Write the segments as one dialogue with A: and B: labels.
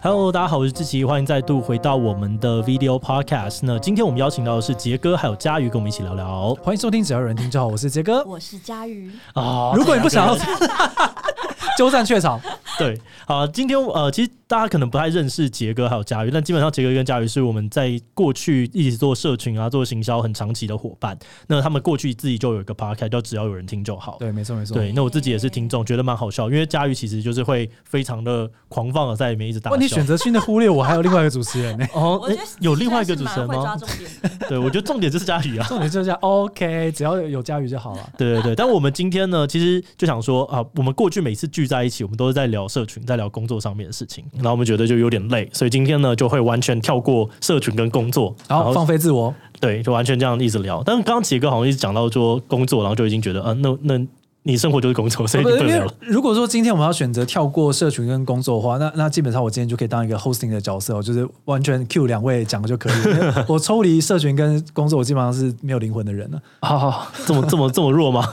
A: Hello，大家好，我是志奇，欢迎再度回到我们的 Video Podcast。那今天我们邀请到的是杰哥还有佳瑜，跟我们一起聊聊
B: 欢迎收听，只要有人听就好。我是杰哥。
C: 我是佳瑜，
A: 啊
B: 如果你不想要 鸠占鹊巢，
A: 对啊，今天呃，其实大家可能不太认识杰哥还有佳瑜，但基本上杰哥跟佳瑜是我们在过去一起做社群啊、做行销很长期的伙伴。那他们过去自己就有一个 podcast 叫“只要有人听就好”。
B: 对，没错没错。
A: 对，那我自己也是听众，觉得蛮好笑，因为佳瑜其实就是会非常的狂放的在里面一直大
B: 问题
A: 笑
B: 选。择性的忽略，我还有另外一个主持人 呢、
A: 哦，
C: 我
A: 哎
C: 觉得
A: 有另外一个
C: 算
A: 主
C: 是
A: 持人
C: 蛮会抓
A: 吗？
C: 重点的
A: 对，我觉得重点就是佳瑜啊。
B: 重点就是 OK，只要有佳宇就好啊了。
A: 对对对，但我们今天呢，其实就想说啊，我们过去每次聚在一起，我们都是在聊社群，在聊工作上面的事情，然后我们觉得就有点累，所以今天呢，就会完全跳过社群跟工作，
B: 然后放飞自我，
A: 对，就完全这样一直聊。但是刚刚杰哥好像一直讲到说工作，然后就已经觉得啊，那那你生活就是工作，所以
B: 呃哦
A: 你
B: 不是
A: 不
B: 因
A: 能聊
B: 为
A: 了。
B: 如果说今天我们要选择跳过社群跟工作的话，那那基本上我今天就可以当一个 hosting 的角色哦，就是完全 Q 两位讲就 可以了。因为我抽离社群跟工作，我基本上是没有灵魂的人了。
A: 好好，好这么这么这么弱吗？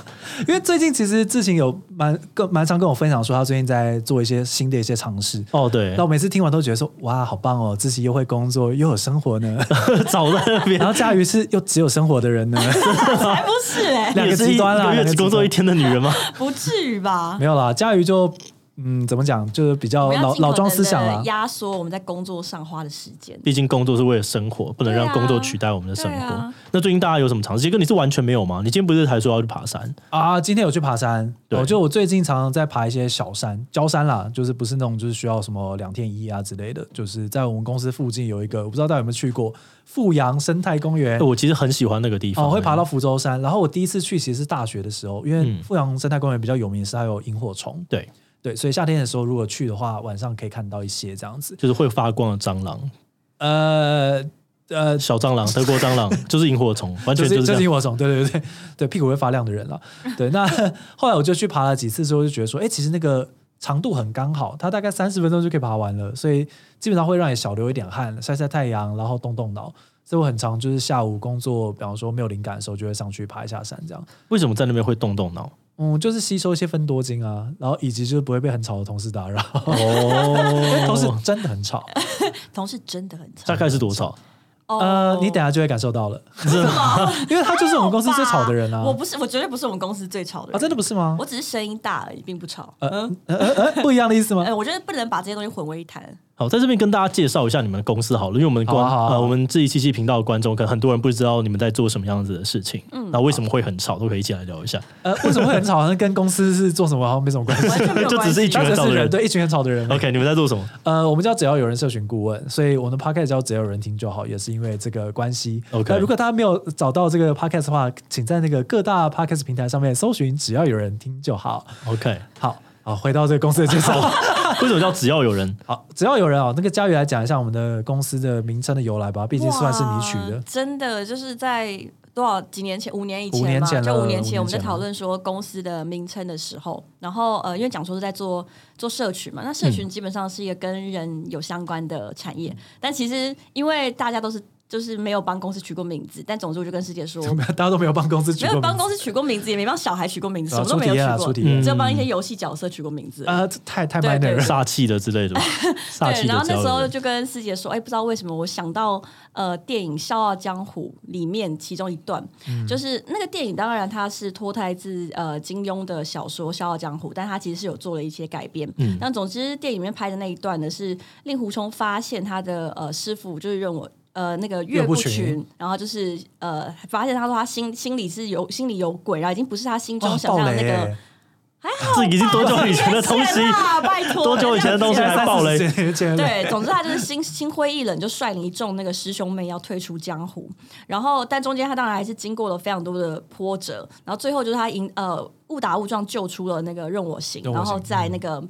B: 因为最近其实志勤有蛮跟蛮常跟我分享说，他最近在做一些新的一些尝试。
A: 哦，对
B: 那，我每次听完都觉得说，哇，好棒哦！自己又会工作，又有生活呢。
A: 早在那边
B: 然。后佳瑜是又只有生活的人呢，
C: 才不是 哎、
B: 两个极端 啦
A: 你也是一个
B: 两个
A: 月只
B: 极端
A: 工作一天的女人吗？
C: 不至于吧？
B: 没有啦。佳瑜就嗯，怎么讲，就是比较
C: 我们要
B: 老
C: 尽可
B: 老
C: 能
B: 庄思
C: 地
B: 想啊啦。
C: 压缩我们在工作上花的时间。
A: 毕竟工作是为了生活，不能让
C: 对啊
A: 工作取代我们的生活。
C: 对啊
A: 那最近大家有什么尝试？杰哥，你是完全没有吗？你今天不是还说要去爬山？
B: 啊，今天有去爬山，
A: 对
B: 我就我最近常常在爬一些小山、郊山啦，就是不是那种就是需要什么两天一夜啊之类的，就是在我们公司附近有一个，我不知道大家有没有去过富阳生态公园。
A: 我其实很喜欢那个地方、
B: 哎
A: 哎
B: 哦，会爬到福州山。然后我第一次去其实是大学的时候，因为
A: 嗯
B: 富阳生态公园比较有名是它有萤火虫，
A: 对，
B: 对，所以夏天的时候如果去的话，晚上可以看到一些这样子。
A: 就是会发光的蟑螂，
B: 呃呃，
A: 小蟑 螂、德国蟑螂，就是萤火虫，完全
B: 就是
A: 这
B: 就是
A: 样。
B: 萤火虫，对对对 对，屁股会发亮的人了。对，那 后来我就去爬了几次之后，就觉得说，哎，其实那个长度很刚好，它大概三十分钟就可以爬完了，所以基本上会让你少流一点汗，晒晒太阳，然后动动脑。所以我很常就是下午工作，比方说没有灵感的时候，就会上去爬一下山，这样。
A: 为什么在那边会动动脑？
B: 嗯，就是吸收一些分多精啊，然后以及就是不会被很吵的同事打扰。
A: 哦，
B: 同事真的很吵，
C: 同事真的很吵
A: 大概是多少？
C: 哦
B: 呃，你等下就会感受到了，
A: 真的吗
B: 因为他就是我们公司最吵的人啊。
C: 我不是，我绝对不是我们公司最吵的人。
B: 啊，真的不是吗
C: 我？只是声音大而已，并不吵。
B: 呃呃呃呃，不一样的意思吗
C: 哎、？我觉得不能把这些东西混为一 谈。
A: 好，在这边跟大家介绍一下你们公司好了，因为我们观
B: 好啊好啊
A: 呃，
B: 好啊
A: 我们自己七七频道的观众，可能很多人不知道你们在做什么样子的事情，嗯，那为什么会很吵，都可以一起来聊一下。
B: 呃，为什么会很吵？好像跟公司是做什么好像没什么关系。
C: 完全没有
A: 就只是一群
B: 单
A: 人
B: 纯
A: 吵
B: 是
A: 的人
B: 人，对一群很吵的人。
A: OK，你们在做什么？
B: 呃，我们叫只要有人社群顾问，所以我们的 podcast 叫只要有人听就好，也是因为这个关系。呃
A: OK
B: 那如果大家没有找到这个 podcast 的话，请在那个各大 podcast 平台上面搜寻“只要有人听就好”
A: OK，
B: 好。好回到这个公司的介 绍。
A: 为什么叫只要有人？
B: 好，只要有人哦，那个佳宇来讲一下我们的公司的名称的由来吧，毕竟算是你取
C: 哇
B: 的。
C: 真的就是在多少几年前，五年以前
B: 五
C: 嘛，
B: 年前了
C: 就五
B: 五年
C: 年
B: 前
C: 前我们在
B: 了
C: 讨论说公司的名称的时候，然后呃，因为讲说是在做做社群嘛，那社群基本上是一个跟人有相关的产
B: 嗯
C: 业，但其实因为大家都是就是没有帮公司取过名字，但总之我就跟师姐说。
B: 大家 都没有帮公司取
C: 没
B: 过名
C: 有
B: 字，
C: 帮公司取过名字，也没帮小孩取过名字，
B: 啊
C: 什么都没有
B: 出题啊
C: 取
B: 出
C: 过，
B: 题
A: 啊
C: 只有帮一些游戏角色取过名字。
B: 呃，这太太
C: 对
B: minor
C: 对
B: 了。
A: 煞气的之类的吧，煞
C: 对，
A: 气的。
C: 然后那时候就跟师姐说，哎，不知道为什么我想到呃电影《笑傲江湖》里面其中一段，
A: 嗯
C: 就是那个电影当然它是脱胎自呃金庸的小说《笑傲江湖》，但它其实是有做了一些改编。
A: 嗯
C: 但总之电影里面拍的那一段呢，是令狐冲发现他的呃师傅就是任我。呃，那个岳
B: 岳不
C: 不
B: 群
C: 群，然后就是呃，发现他说他心心里是有心里有鬼，然后已经不是他心中
A: 哦
B: 哇
C: 想象
B: 爆
C: 的
B: 雷
C: 那个、
B: 欸
A: 这已经多久以前的东 西？
C: 天啊拜托，
A: 多久以前的东西啊还爆雷
B: 三四十年前了
C: 对，总之他就是心心灰意冷，就率领一众那个师兄妹要退出江湖。然后，但中间他当然还是经过了非常多的波折，然后最后就是他赢呃误打误撞救出了那个任我行，
B: 任我行
C: 然后在那个。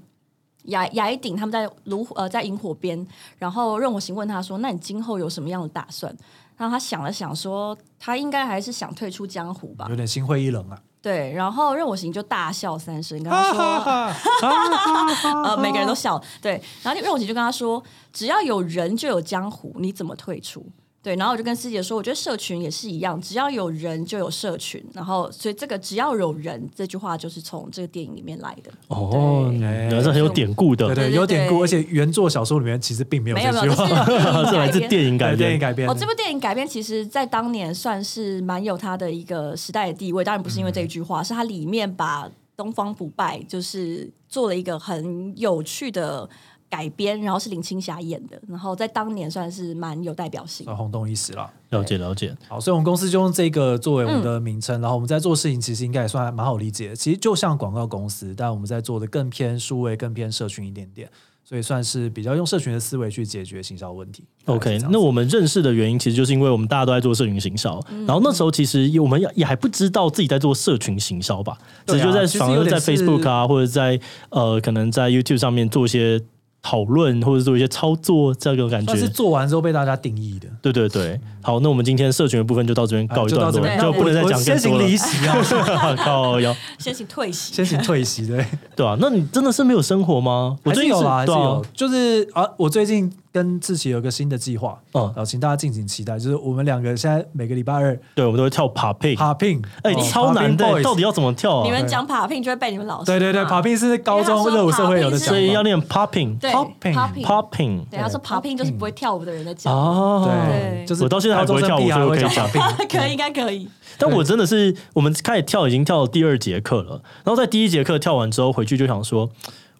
C: 雅雅一鼎他们在炉呃在萤火边，然后任我行问他说：“那你今后有什么样的打算？”然后他想了想说：“他应该还是想退出江湖吧
B: 有。点心灰意冷啊。”
C: 对，然后任我行就大笑三声，跟 他说：“
B: 啊
C: 呃，每个人都笑。对，然后那个任我行就跟他说：“只要有人就有江湖，你怎么退出？”对，然后我就跟师姐说，我觉得社群也是一样，只要有人就有社群，然后所以这个只要有人这句话就是从这个电影里面来的。
A: 哦，
C: 对
A: 原来是很有典故的
B: 对，对，
C: 对对
B: 有典故，
C: 对
B: 而且原作小说里面其实并没有
C: 没有
B: 这
C: 没
B: 句
C: 有，这
B: 话，
C: 是
A: 是来自
C: 改编
A: 电影改
B: 对电
A: 编。
B: 影改编的。
C: 哦，这部电影改编其实在当年算是蛮有它的一个时代的地位，当然不是因为这
B: 嗯
C: 一句话，是它里面把东方不败就是做了一个很有趣的改编，然后是林青霞演的，然后在当年算是蛮有代表性的。
B: 算轰动一时了。
A: 了解了解，
B: 好，所以我们公司就用这个作为我们
C: 嗯
B: 的名称，然后我们在做事情，其实应该也算蛮好理解的。其实就像广告公司，但我们在做的更偏数位、更偏社群一点点，所以算是比较用社群的思维去解决行销问题。大概
A: OK，
B: 是这样子
A: 那我们认识的原因，其实就是因为我们大家都在做社群行销，
B: 嗯
A: 然后那时候其实也我们也也还不知道自己在做社群行销吧，
B: 对
A: 只是
B: 啊
A: 就在
B: 其实
A: 反
B: 有
A: 而
B: 点
A: 在
B: 是
A: Facebook 啊，或者在呃可能在 YouTube 上面做一些讨论，或者做一些操作这种感
B: 算是
A: 觉。
B: 做完之后被大家定义的。
A: 对对对，好，那我们今天社群的部分就到这边
B: 啊
A: 告一
B: 就
A: 段
B: 到这
A: 落，
B: 边，
A: 就
C: 告一
A: 不能再
B: 我
A: 讲
B: 先
A: 更
B: 行
A: 多
B: 离 席啊，
A: 了。 靠腰，
C: 先行退席，
B: 先行退席，对。
A: 对啊，那你真的是没有生活吗？我
B: 还
A: 最近
B: 是有啦，还是
A: 对啊
B: 有，，就是啊，我最近跟志奇有一个新的计划，
A: 嗯
B: 然后请大家敬请期待。就是我们两个现在每个礼拜二哦
A: 对，我们都会跳 popping，
B: popping，
A: 哎，超难的，到底要怎么跳
C: 你
A: 啊？
C: 们讲 popping 就会被你们老师
B: 哦对对对
C: 骂
B: ，popping 是高
C: 因为他
B: 中
C: 啊说
B: 热舞社会有的
C: popping 是
B: 讲
A: 所以要
B: 法，
A: 念 popping，popping
C: 对
B: popping
C: popping，对他说 popping 就是不会跳舞的人在讲，
A: 哦
B: 对，
C: 对
B: 就是
A: 我到现在还不会跳舞
B: 高中生毕业还
A: 所以我
B: 会
A: 可以
B: 讲
A: 讲
B: popping。
C: 可以应该可以，
A: 但我真的是，我们开始跳已经跳到第二节课了，然后在第一节课跳完之后回去就想说。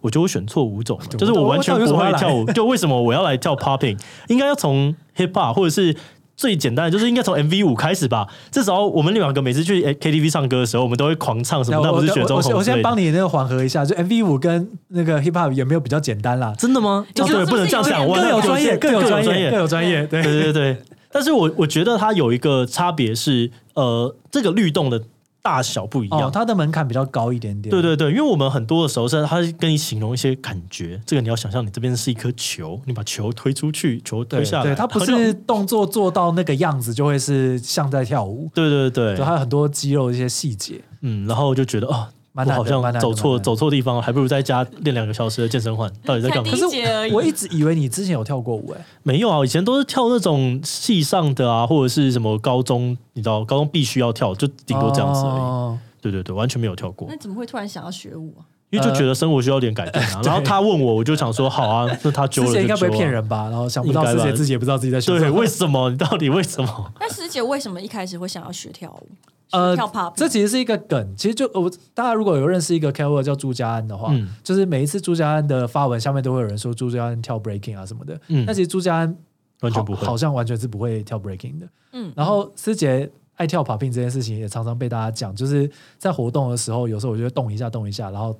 A: 我觉得我选错舞种了，
B: 对
A: 就是我完全
B: 我到底
A: 不
B: 为什么要
A: 会
B: 来
A: 跳舞。就为什么我要来跳 popping？应该要从 hip hop 或者是最简单的，就是应该从 MV 舞开始吧。至少我们两个每次去 KTV 唱歌的时候，我们都会狂唱什么“那
B: 我
A: 不是雪
B: 我
A: 中
B: 我
A: 红”
B: 我
A: 之类
B: 先
A: 的
B: 帮。你那个缓和一下，就 MV 舞跟那个 hip hop 有没有比较简单啦？
A: 真的吗？
C: 你
A: 就
C: 刚
A: 对，
C: 刚是
A: 不
C: 不
A: 能
C: 是
A: 这样
C: 有
A: 想。
C: 点
A: 我
C: 更
B: 各有
A: 我
B: 专业，
A: 各
B: 各有专业，
A: 业
B: 各，有专业，对。
A: 对对对。但是我我觉得它有一个差别是，呃，这个律动的大小不一
B: 哦
A: 样，。
B: 它的门槛比较高一点点。
A: 对对对，因为我们很多的时候是它是跟你形容一些感觉，这个你要想象你这边是一颗球，你把球推出去，球推下来，
B: 对，它不
A: 然后就是
B: 动作做到那个样子就会是像在跳舞，
A: 对对
B: 对，
A: 对，
B: 还有很多肌肉的一些细节，
A: 嗯，然后就觉得啊，我
B: 蛮难的
A: 好像
B: 蛮难的
A: 走
B: 蛮
A: 错
B: 难的
A: 走错地方，还不如在家练两个小时的健身环，到底在干嘛
B: 可
C: 才第？
B: 是
C: 一节而已
B: 我一直以为你之前有跳过舞、欸，
A: 没有啊，以前都是跳那种戏上的啊，或者是什么高中，你知道，高中必须要跳，就顶多这样子而已。
B: 哦
A: 对对对，完全没有跳过
C: 那，怎么会突然想要学舞啊？
A: 因为就觉得生活需要点改变啊。然后他问我，我就想说，好啊，那他揪
B: 呃
A: 了就
B: 之前应该不会
A: 揪啊
B: 骗。人吧？然后想不到
A: 应该
B: 师
A: 吧
B: 姐自己也不知道自己在学什
A: 对，
B: 么。
A: 为什么？你到底为什么？
C: 那师姐为什么一开始会想要学跳舞？
B: 呃
C: 学跳 popping，
B: 这其实是一个梗，其实就我大家如果有认识一个 KOL 叫朱家安的话，
A: 嗯
B: 就是每一次朱家安的发文下面都会有人说朱家安跳 breaking 啊什么的，
A: 嗯
B: 那其实朱家安
A: 完全不会
B: 好，好像完全是不会跳 breaking 的。
C: 嗯
B: 然后师姐爱跳 popping 这件事情也常常被大家讲，就是在活动的时候，有时候我就会动一下动一下，然后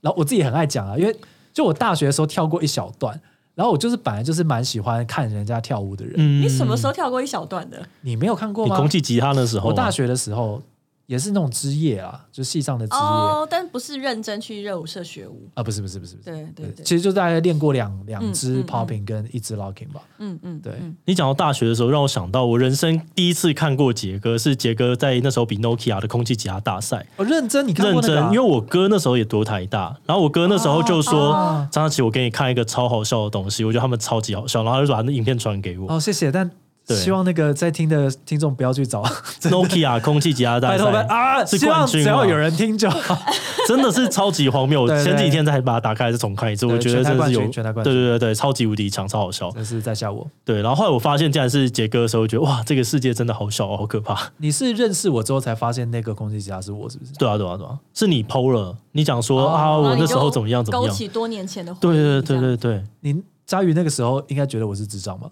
B: 然后我自己很爱讲啊，因为就我大学的时候跳过一小段，然后我就是本来就是蛮喜欢看人家跳舞的人，
A: 嗯
C: 你什么时候跳过一小段的？
B: 你没有看过
A: 你
B: 吗？
A: 空气吉他那时候吗，啊
B: 啊我大学的时候也是那种之夜啊，就系上的之夜、
C: 哦，但不是认真去热舞社学舞。
B: 啊，不是不是不是不是，
C: 对对对，
B: 其实就大概练过两两
C: 嗯
B: 支
C: 嗯嗯
B: popping 跟一支 locking 吧，
C: 嗯嗯，
B: 对
C: 嗯
A: 你讲到大学的时候，让我想到我人生第一次看过杰哥，是杰哥在那时候比 Nokia 的空气吉他大赛。
B: 哦，认真你看
A: 认
B: 过那
A: 真
B: 个、啊，，
A: 因为我哥那时候也读台大，然后我哥那时候就说：“
B: 哦
A: 张大奇，我给你看一个超好笑的东西，我觉得他们超级好笑。”然后他就把那影片传给我。
B: 哦谢谢，但
A: 对
B: 希望那个在听的听众不要去找，
A: Nokia 空气吉他大
B: 拜托拜
A: 赛
B: 啊，
A: 是
B: 希望
A: 冠军
B: 只要
A: 吗
B: 有人听就 好。
A: 真的是超级荒谬，我
B: 对对
A: 前几天才把它打开，再重看一次，
B: 对
A: 我觉得
B: 全台
A: 真的是
B: 冠
A: 有，
B: 军
A: 对
B: 全台
A: 对
B: 冠军
A: 对对，超级无敌强，超好笑。
B: 真是在吓我，
A: 对，然后后来我发现，竟然是杰哥的时候，我觉得哇，这个世界真的好小，哦好可怕。
B: 你是认识我之后才发现那个空气吉他是我，是不是？
A: 对啊，对啊，对啊，是你剖了，你讲说、
B: 哦
A: 啊，
C: 然
A: 我
C: 后
A: 那
C: 你
A: 时
C: 就
A: 候怎么样怎么
C: 勾
A: 样？
C: 起多年前的回忆。
A: 对对
C: 这
A: 对
C: 样
A: 对对，
B: 您佳瑜那个时候应该觉得我是智障吧？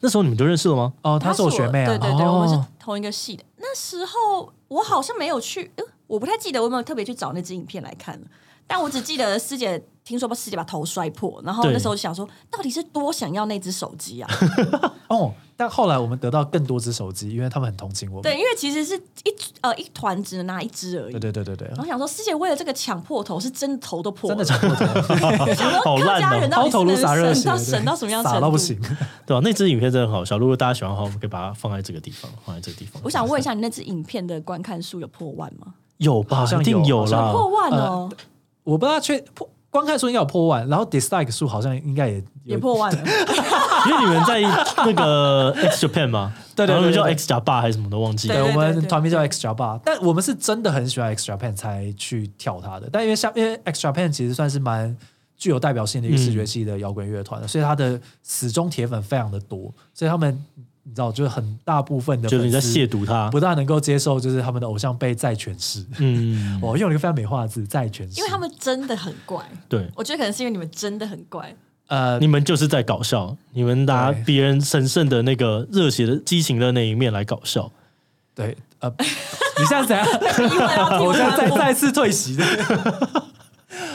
A: 那时候你们就认识 了吗？
B: 哦，
C: 她
B: 是我学妹啊，
C: 对对对，
B: 哦
C: 我们是同一个系的。那时候我好像没有去，呃我不太记得我有没有特别去找那支影片来看了，但我只记得师姐听说把师姐把头摔破，然后
A: 对
C: 那时候就想说，到底是多想要那只手 机啊？
B: 哦，但后来我们得到更多只手机，因为他们很同情我们。
C: 对，因为其实是一呃一团只能拿一只而已
B: 对。对对对对
C: 然，后想说，师姐为了这个抢破头，是真的头都破
B: 真
C: 了
B: 的。抢过头，
A: 好
C: 客
A: 烂
C: 家
A: 哦
C: 人、到
B: 抛
C: 底
B: 头颅
C: 是
B: 洒热
C: 能
B: 血，
C: 省到
B: 对
C: 省到什么样的
B: 洒
C: 程
B: 到
C: 度？
B: 不行。
A: 对啊，那支影片真的很好笑。如果大家喜欢的话，我们可以把它放在这个地方，放在这个地方。
C: 我想问一下，你那支影片的观看数有破万吗？
A: 有吧？
B: 好像
A: 一定
B: 有好
A: 啦。
C: 破万
B: 呃
C: 哦，
B: 我不知道确破观看数应该有破万，然后 dislike 数好像应该也
C: 也
B: 有
C: 破万了。
A: 因为你们在那个 X Japan 嘛，
B: 对对
A: 然后
B: 对，
A: 叫
B: 对
A: X 加八还是什么都忘记
B: 对，
A: 了。
C: 对
B: 我
C: 对
B: 们
C: 对
B: 团名叫
C: 对
B: Extra Bar，但我们是真的很喜欢 Extra Pan 才去跳它的。但因为像因为 Extra Pan 其实算是蛮具有代表性的一个
A: 嗯
B: 视觉系的摇滚乐团，所以它的死忠铁粉非常的多，所以他们你知道，就是很大部分的
A: 就是你在
B: 粉丝
A: 亵渎他
B: 不，大能够接受，就是他们的偶像被再诠释。
A: 嗯，
B: 我用了一个非常美化的字“再诠释”，
C: 因为他们真的很怪，
A: 对，
C: 我觉得可能是因为你们真的很怪，
B: 呃
A: 你们就是在搞笑，你们拿
B: 对
A: 别人神圣的那个热血的激情的那一面来搞笑，
B: 对呃， 你现在怎 样？
C: 因为要听
B: 我现在再
C: 们
B: 再次退席的。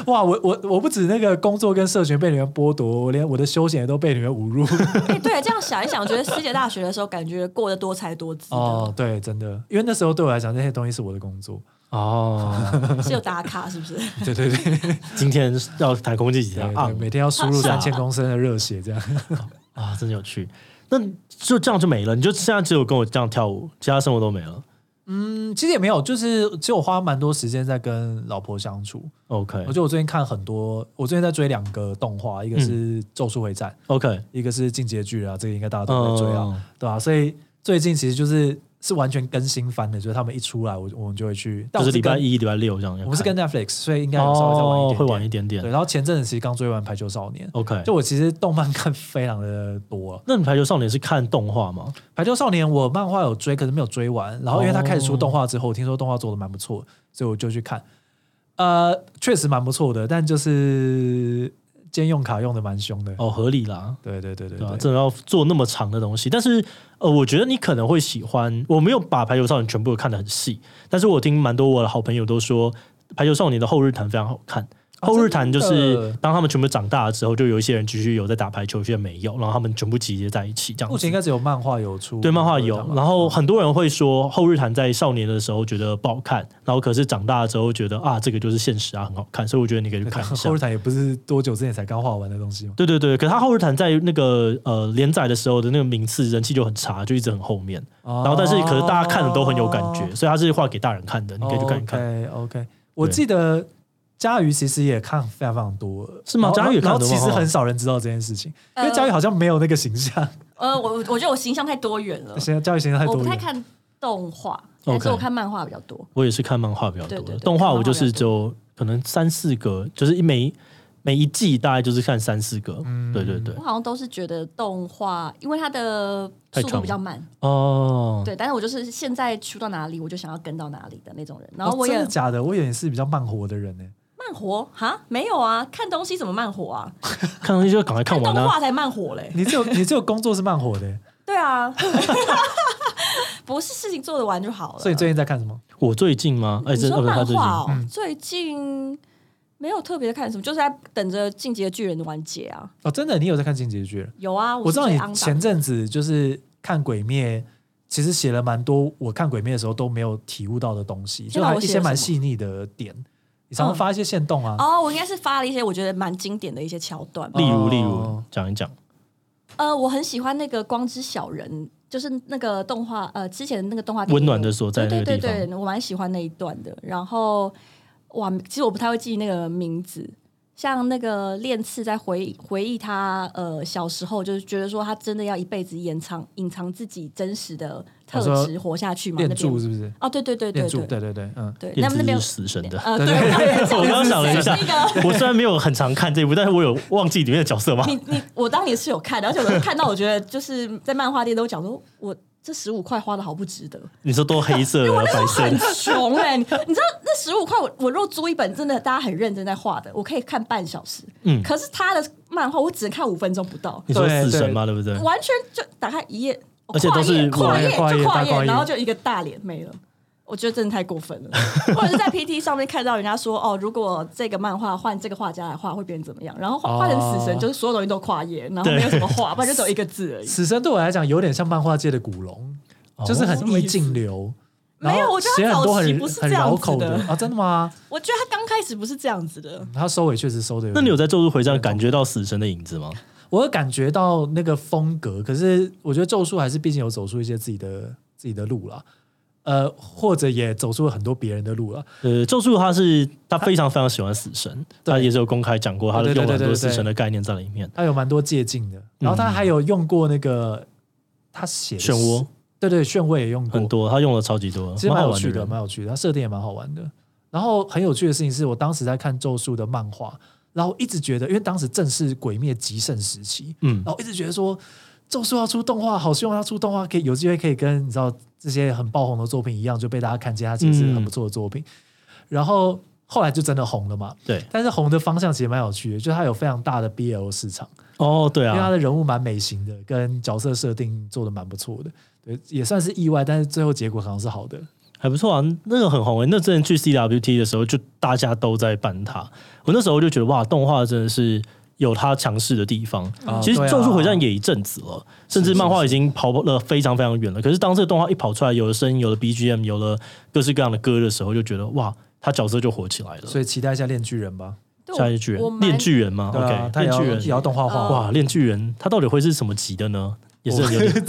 B: 哇，我我我不止那个工作跟社群被你们剥夺，我连我的休闲也都被你们侮辱。
C: 哎，对，这样想一想，我觉得师姐大学的时候感觉过得多才多姿啊
B: 哦
C: 的，，
B: 对，真的，因为那时候对我来讲，那些东西是我的工 作。
A: 哦，
C: 是有打卡是不是？
B: 对对对对
A: 今天要谈空气吉他
B: 对
A: 啊
B: 每天要输入
A: 是啊
B: 三千公升的热血，这样。
A: 啊，真有趣。那就这样就没了，你就现在只有跟我这样跳舞，其他生活都没了。
B: 嗯，其实也没有，就是其实我花蛮多时间在跟老婆相处。
A: OK
B: 我觉得我最近看很多，我最近在追两个动画，一个
A: 嗯
B: 是《咒术回战》，
A: OK，
B: 一个是《进阶巨人》啊，这个应该大家都在追啊。
A: 嗯，
B: 对啊，所以最近其实就是是完全更新番的，就是他们一出来，我我们就会去。但
A: 就
B: 我
A: 是礼
B: 跟
A: 拜，一、礼拜六这样要看。
B: 我们是跟 Netflix，所以应该有稍微再晚一
A: 哦
B: 点，
A: 会晚一
B: 点。
A: 点
B: 对，
A: 点。
B: 然后前阵子其实刚追完《排球少年》
A: OK，
B: 就我其实动漫看非常的多，《
A: 那你排球少年是看动画吗？
B: 排球少年》我漫画有追，可是没有追完。然后因为他开
A: 哦
B: 始出动画之后，我听说动画做的蛮不错，所以我就去看。呃，确实蛮不错的，但就是兼用卡用的蛮凶的。
A: 哦，合理啦。
B: 对对对对
A: 对啊
B: 对，，
A: 真的要做那么长的东西，但是呃，我觉得你可能会喜欢。我没有把《排球少年》全部都看得很细，但是我听蛮多我的好朋友都说，《排球少年》的后日谈非常好看。
B: 啊
A: 后日谈就
B: 真
A: 是
B: 的
A: 当他们全部长大了之后，就有一些人继续有在打排球，有些人没有，然后他们全部集结在一起这样
B: 目
A: 子
B: 前应。该只有漫画有出，
A: 对，漫画有
B: 有，吧
A: 然后很多人会说后日谈在少年的时候觉得不好看，然后可是长大了之后觉得啊，这个就是现实啊，很好看，所以我觉得你可以去看一下
B: 后。日谈也不是多久之前才刚画完的东西嘛。
A: 对对对，可是他后日谈在那个呃连载的时候的那个名次人气就很差，就一直很后面。
B: 然
A: 然后但是可是大家看的都很有感
B: 哦
A: 觉，所以他是画给大人看的，你可以去看一看。
B: OK OK，我记得佳瑜其实也看非常非常多，
A: 是吗
B: 然后
A: 佳瑜看得
B: 然后
A: 多吗
B: 其实很少人知道这件事情，因
C: 呃
B: 为佳瑜好像没有那个形象，
C: 呃，我我觉得我形象太多元了，
B: 现在佳瑜形象太
C: 我
B: 多
C: 不太
B: 元。
C: 看动画，
A: OK
C: 但是我看漫画比较多。
A: 我也是看漫画比较多的，
C: 对对对
A: 动画我就
C: 看漫画
A: 是
C: 比较
A: 就可能三四个，就是一每每一季大概就是看三四个。
B: 嗯
A: 对对对
C: 我，好像都是觉得动画，因为它的速度比较慢，
A: 哦，
C: 对，但是我就是现在出到哪里，我就想要跟到哪里的那种人。然后
B: 哦
C: 我也
B: 真的假的？我以为你是比较慢活的人 呢。
C: 慢活哈，没有啊，看东西怎么慢活啊？
A: 看上去就赶快看
C: 看
A: 完
C: 动
A: 啊。
C: 画才慢活嘞。
B: 你只有你只有工作是慢活的，
C: 对啊，不是事情做得完就 好了。
B: 所以你最近在看什么？
A: 我最近吗？哎，
C: 你
A: 这
C: 说
A: 哦不是他
C: 漫
A: 最近
C: 画哦，最近没有特别的看什么，就是在等着《进击的巨人》的完结啊。
B: 哦，真的，你有在看《进击的巨人》？
C: 有啊，
B: 我知道
C: 是
B: 你
C: 最肮脏
B: 前阵子就是看《鬼灭》，其实写了蛮多我看《鬼灭》的时候都没有体悟到的东西，就
C: 天哪
B: 还
C: 我
B: 一
C: 写
B: 些
C: 了
B: 蛮
C: 什么
B: 细腻的点。你常常
C: 嗯
B: 发一些线动啊，
C: 哦，我应该是发了一些我觉得蛮经典的一些桥段吧。
A: 例如
B: 哦
A: 例如讲一讲。
C: 呃，我很喜欢那个光之小人，就是那个动画，呃，之前的那个动画
A: 温暖的所在
C: 对对
A: 那个地方
C: 对对，我蛮喜欢那一段的。然后，哇，其实我不太会记那个名字。像那个练次在回忆回忆他呃小时候，就是觉得说他真的要一辈子掩藏隐藏自己真实的
A: 哦
B: 他
C: 特质
B: 说
C: 活下去嘛？
B: 练
C: 那边
B: 柱是不是？
C: 哦，对对对对
B: 练柱，
C: 对
B: 对对对，嗯，
C: 对，
A: 燕
C: 那么那
A: 子
C: 边
A: 是死神的。
C: 呃，
B: 对
C: 对，我
A: 我刚刚想了一 下
C: 是个
A: 我虽然没有很常看这一部，但是我有忘记里面的角色吗？
C: 你你我当年是有看的，而且我看到我觉得就是在漫画店都讲说，我这十五块花的好不值得，
A: 你说都黑色的、啊白色
C: 很
A: 的，
C: 穷哎、你你知道那十五块我我若租一本真的大家很认真在画的，我可以看半小时，
A: 嗯
C: 可是他的漫画我只能看五分钟不到，
A: 你说
B: 对
A: 死神
B: 对
A: 吗？对不对？
C: 完全就打开一页，
A: 嗯
C: 哦
A: 而且都是
C: 跨页
B: 跨
C: 跨
B: 页
C: 页就
B: 大跨
C: 跨
B: 页
C: 页，然后就一个大脸没了。我觉得真的太过分了，或者是在 PT 上面看到人家说哦，如果这个漫画换这个画家来画会变怎么样，然后画
B: 哦
C: 画成死神，就是所有东西都跨页，然后
A: 对
C: 没有什么画，不然就只有一个字而已。
B: 死神对我来讲有点像漫画界的古龙，
A: 哦
B: 就是很意境流。然
C: 没有
B: 后
C: 我觉得
B: 写
C: 他
B: 很多
C: 早期
B: 很
C: 不是
B: 很
C: 这样
B: 绕
C: 子
B: 口
C: 的
B: 啊，真的吗？
C: 我觉得他刚开始不是这样子的，
B: 他收尾确实收的。
A: 那你有在《咒术回战》感觉到死神的影子吗？
B: 我有感觉到那个风格，可是我觉得咒术还是毕竟有走出一些自己的自己的路啦，呃，或者也走出了很多别人的路啦。
A: 呃，咒术他是他非常非常喜欢死神，
B: 对
A: 他也是有公开讲过，他
B: 对对
A: 用了很
B: 对对
A: 多
B: 对
A: 死神的概念在里面。
B: 他有蛮多借镜的，然后他还有用过那个、他写的
A: 嗯漩涡，
B: 对对，炫位也用过
A: 很，多，他用了超级多，
B: 其实蛮
A: 好
B: 有
A: 玩
B: 趣的，
A: 人
B: 蛮有趣的，它设定也蛮好玩的。然后很有趣的事情是我当时在看《咒术》的漫画，然后一直觉得，因为当时正是《鬼灭》极盛时期，
A: 嗯
B: 然后一直觉得说《咒术》要出动画，好希望它出动画，可以有机会可以跟你知道这些很爆红的作品一样，就被大家看见，它其实是很不错的作品。然后后来就真的红了嘛，
A: 对，
B: 但是红的方向其实蛮有趣的，就是它有非常大的 BL 市场。
A: 哦，对
B: 因为他
A: 啊，
B: 的人物蛮美型的，跟角色设定做的蛮不错的，对，也算是意外，但是最后结果好像是好的。
A: 还不错啊，那个很红诶、那之前去 CWT 的时候，就大家都在办它，我那时候就觉得哇，动画真的是。有它强势的地方，
B: 啊
A: 其实
B: 对
A: 《
B: 啊
A: 咒术回战》也一阵子了，甚至
B: 是
A: 漫画已经跑了非常非常远了。可是当这个动画一跑出来，有了声音，有了 BGM，有了各式各样的歌的时候，就觉得哇，他角色就火起来了。
B: 所以期待一下《链锯人》吧。
C: 对
A: 下
C: 我
A: 一句
C: 我
A: 人，
C: 蛮
A: 炼巨人吗
B: 对啊
A: ？OK，，
B: 他也
A: 炼
B: 要
A: 巨
B: 也
A: 人，
B: 要动画化，
C: 哦
A: 哇，炼巨人他到底会是什么级的呢？也是很有点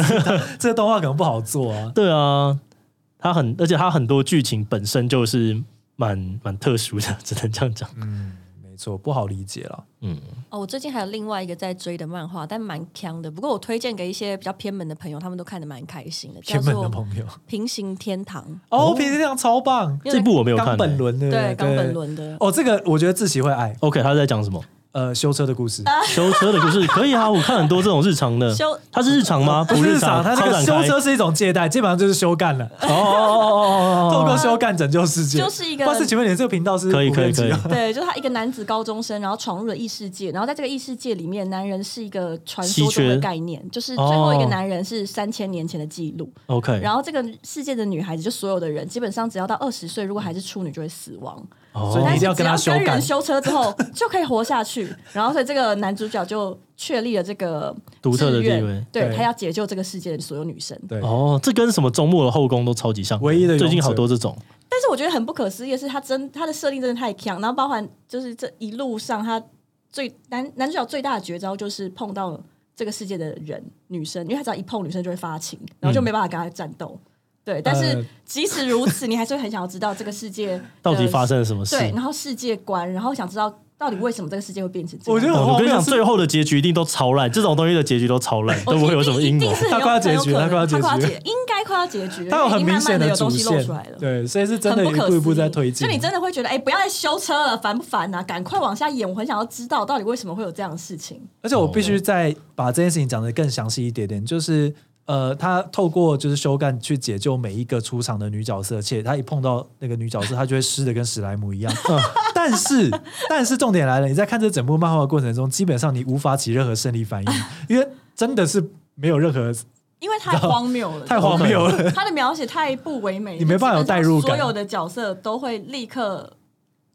B: 这个动画可能不好做啊。
A: 对啊，他很，而且他很多剧情本身就是蛮蛮特殊的， 只能这样讲。
B: 嗯，没错，不好理解了。
A: 嗯，
C: 哦，我最近还有另外一个在追的漫画，但蛮强的。不过我推荐给一些比较偏门的朋友，他们都看得蛮开心的，叫
B: 偏门
C: 做
B: 的
C: 《
B: 朋友，
C: 平行天堂
B: 哦，皮皮亮超棒，》，
C: 因
A: 这
C: 为
A: 部我没有看、
B: 冈本
A: 欸。
B: 伦的，
C: 对冈本。伦的。
B: 哦，这个我觉得自己会爱。
A: OK，他在讲什么？
B: 呃，修车的故事，
C: 啊
A: 修车的故事可以啊，我看很多这种日常的。
C: 修
A: 他是日常吗？
B: 不是
A: 常，
B: 它这个
A: 超
B: 修
A: 展开
B: 车是一种借贷，基本上就是修干了，
A: 哦哦哦哦
B: 透
A: 哦哦
B: 过修干拯救世界。
C: 就是一个
B: 但是请问你这个频道是
A: 可以可以
B: 无边际
A: 可以
B: 吗
C: 对，就是他一个男子高中生，然后闯入了异世界，然后在这个异世界里面，男人是一个传说中
A: 稀
C: 的
A: 缺
C: 概念，就是最后一个
A: 哦
C: 男人是三千年前的记录。
A: 哦，OK，
C: 然后这个世界的女孩子，就所有的人，基本上只要到二十岁，如果还是处女，就会死亡。
B: 所
A: 哦
B: 以你一
C: 但
B: 定
C: 是
B: 要
C: 只
B: 跟他修
C: 跟
B: 改
C: 人修车之后就可以活下去。然后所以这个男主角就确立了这个
A: 独特的
C: 志愿
A: 地位
C: 对
B: 对
C: 他要解救这个世界的所有女生。
B: 对，
A: 哦，这跟什么周末的后宫都超级像。
B: 唯一的
A: 最近
B: 勇者
A: 好多这种。
C: 但是我觉得很不可思议的是，他真他的设定真的太强，然后包含就是这一路上他最男男主角最大的绝招就是碰到这个世界的人女生，因为他只要一碰女生就会发情，然后就没办法跟他战斗。
A: 嗯
C: 对，但是
B: 呃
C: 即使如此，你还是会很想要知道这个世界的
A: 到底发生了什么事？
C: 对，然后世界观，然后想知道到底为什么这个世界会变成这样。
B: 我觉得很
A: 哦我
B: 荒
A: 跟你
B: 谬
A: 讲，
B: 是
A: 最后的结局一定都超烂，这种东西的结局都超烂，都不会有什么阴
C: 一
A: 谋
C: 定。是很
B: 他
C: 有
B: 快要结局
C: 很
B: 他
C: 有可能
B: 快要结局
C: 他快要结，应该快要结局了，
B: 它有很
C: 因为
B: 明
C: 已经慢
B: 显
C: 慢的有
B: 主
C: 东西露
B: 线
C: 出来了，。
B: 对，所以是真
C: 很
B: 的
C: 不
B: 一
C: 可
B: 步
C: 思
B: 一步
C: 议
B: 在推进。
C: 就你真的会觉得，哎、不要再修车了，烦不烦啊？赶快往下演，我很想要知道到底为什么会有这样的事情。
B: 而且我必须再把这件事情讲得更详细一点点，就是呃，他透过就是修干去解救每一个出场的女角色，而且他一碰到那个女角色，他就会湿的跟史莱姆一样。嗯但是，但是重点来了，你在看这整部漫画的过程中，基本上你无法起任何生理反应，因为真的是没有任何
C: 因为太荒谬了，
B: 太荒谬了。
C: 他的描写太不唯美，
B: 你没办法有代入感
C: 所有的角色都会立刻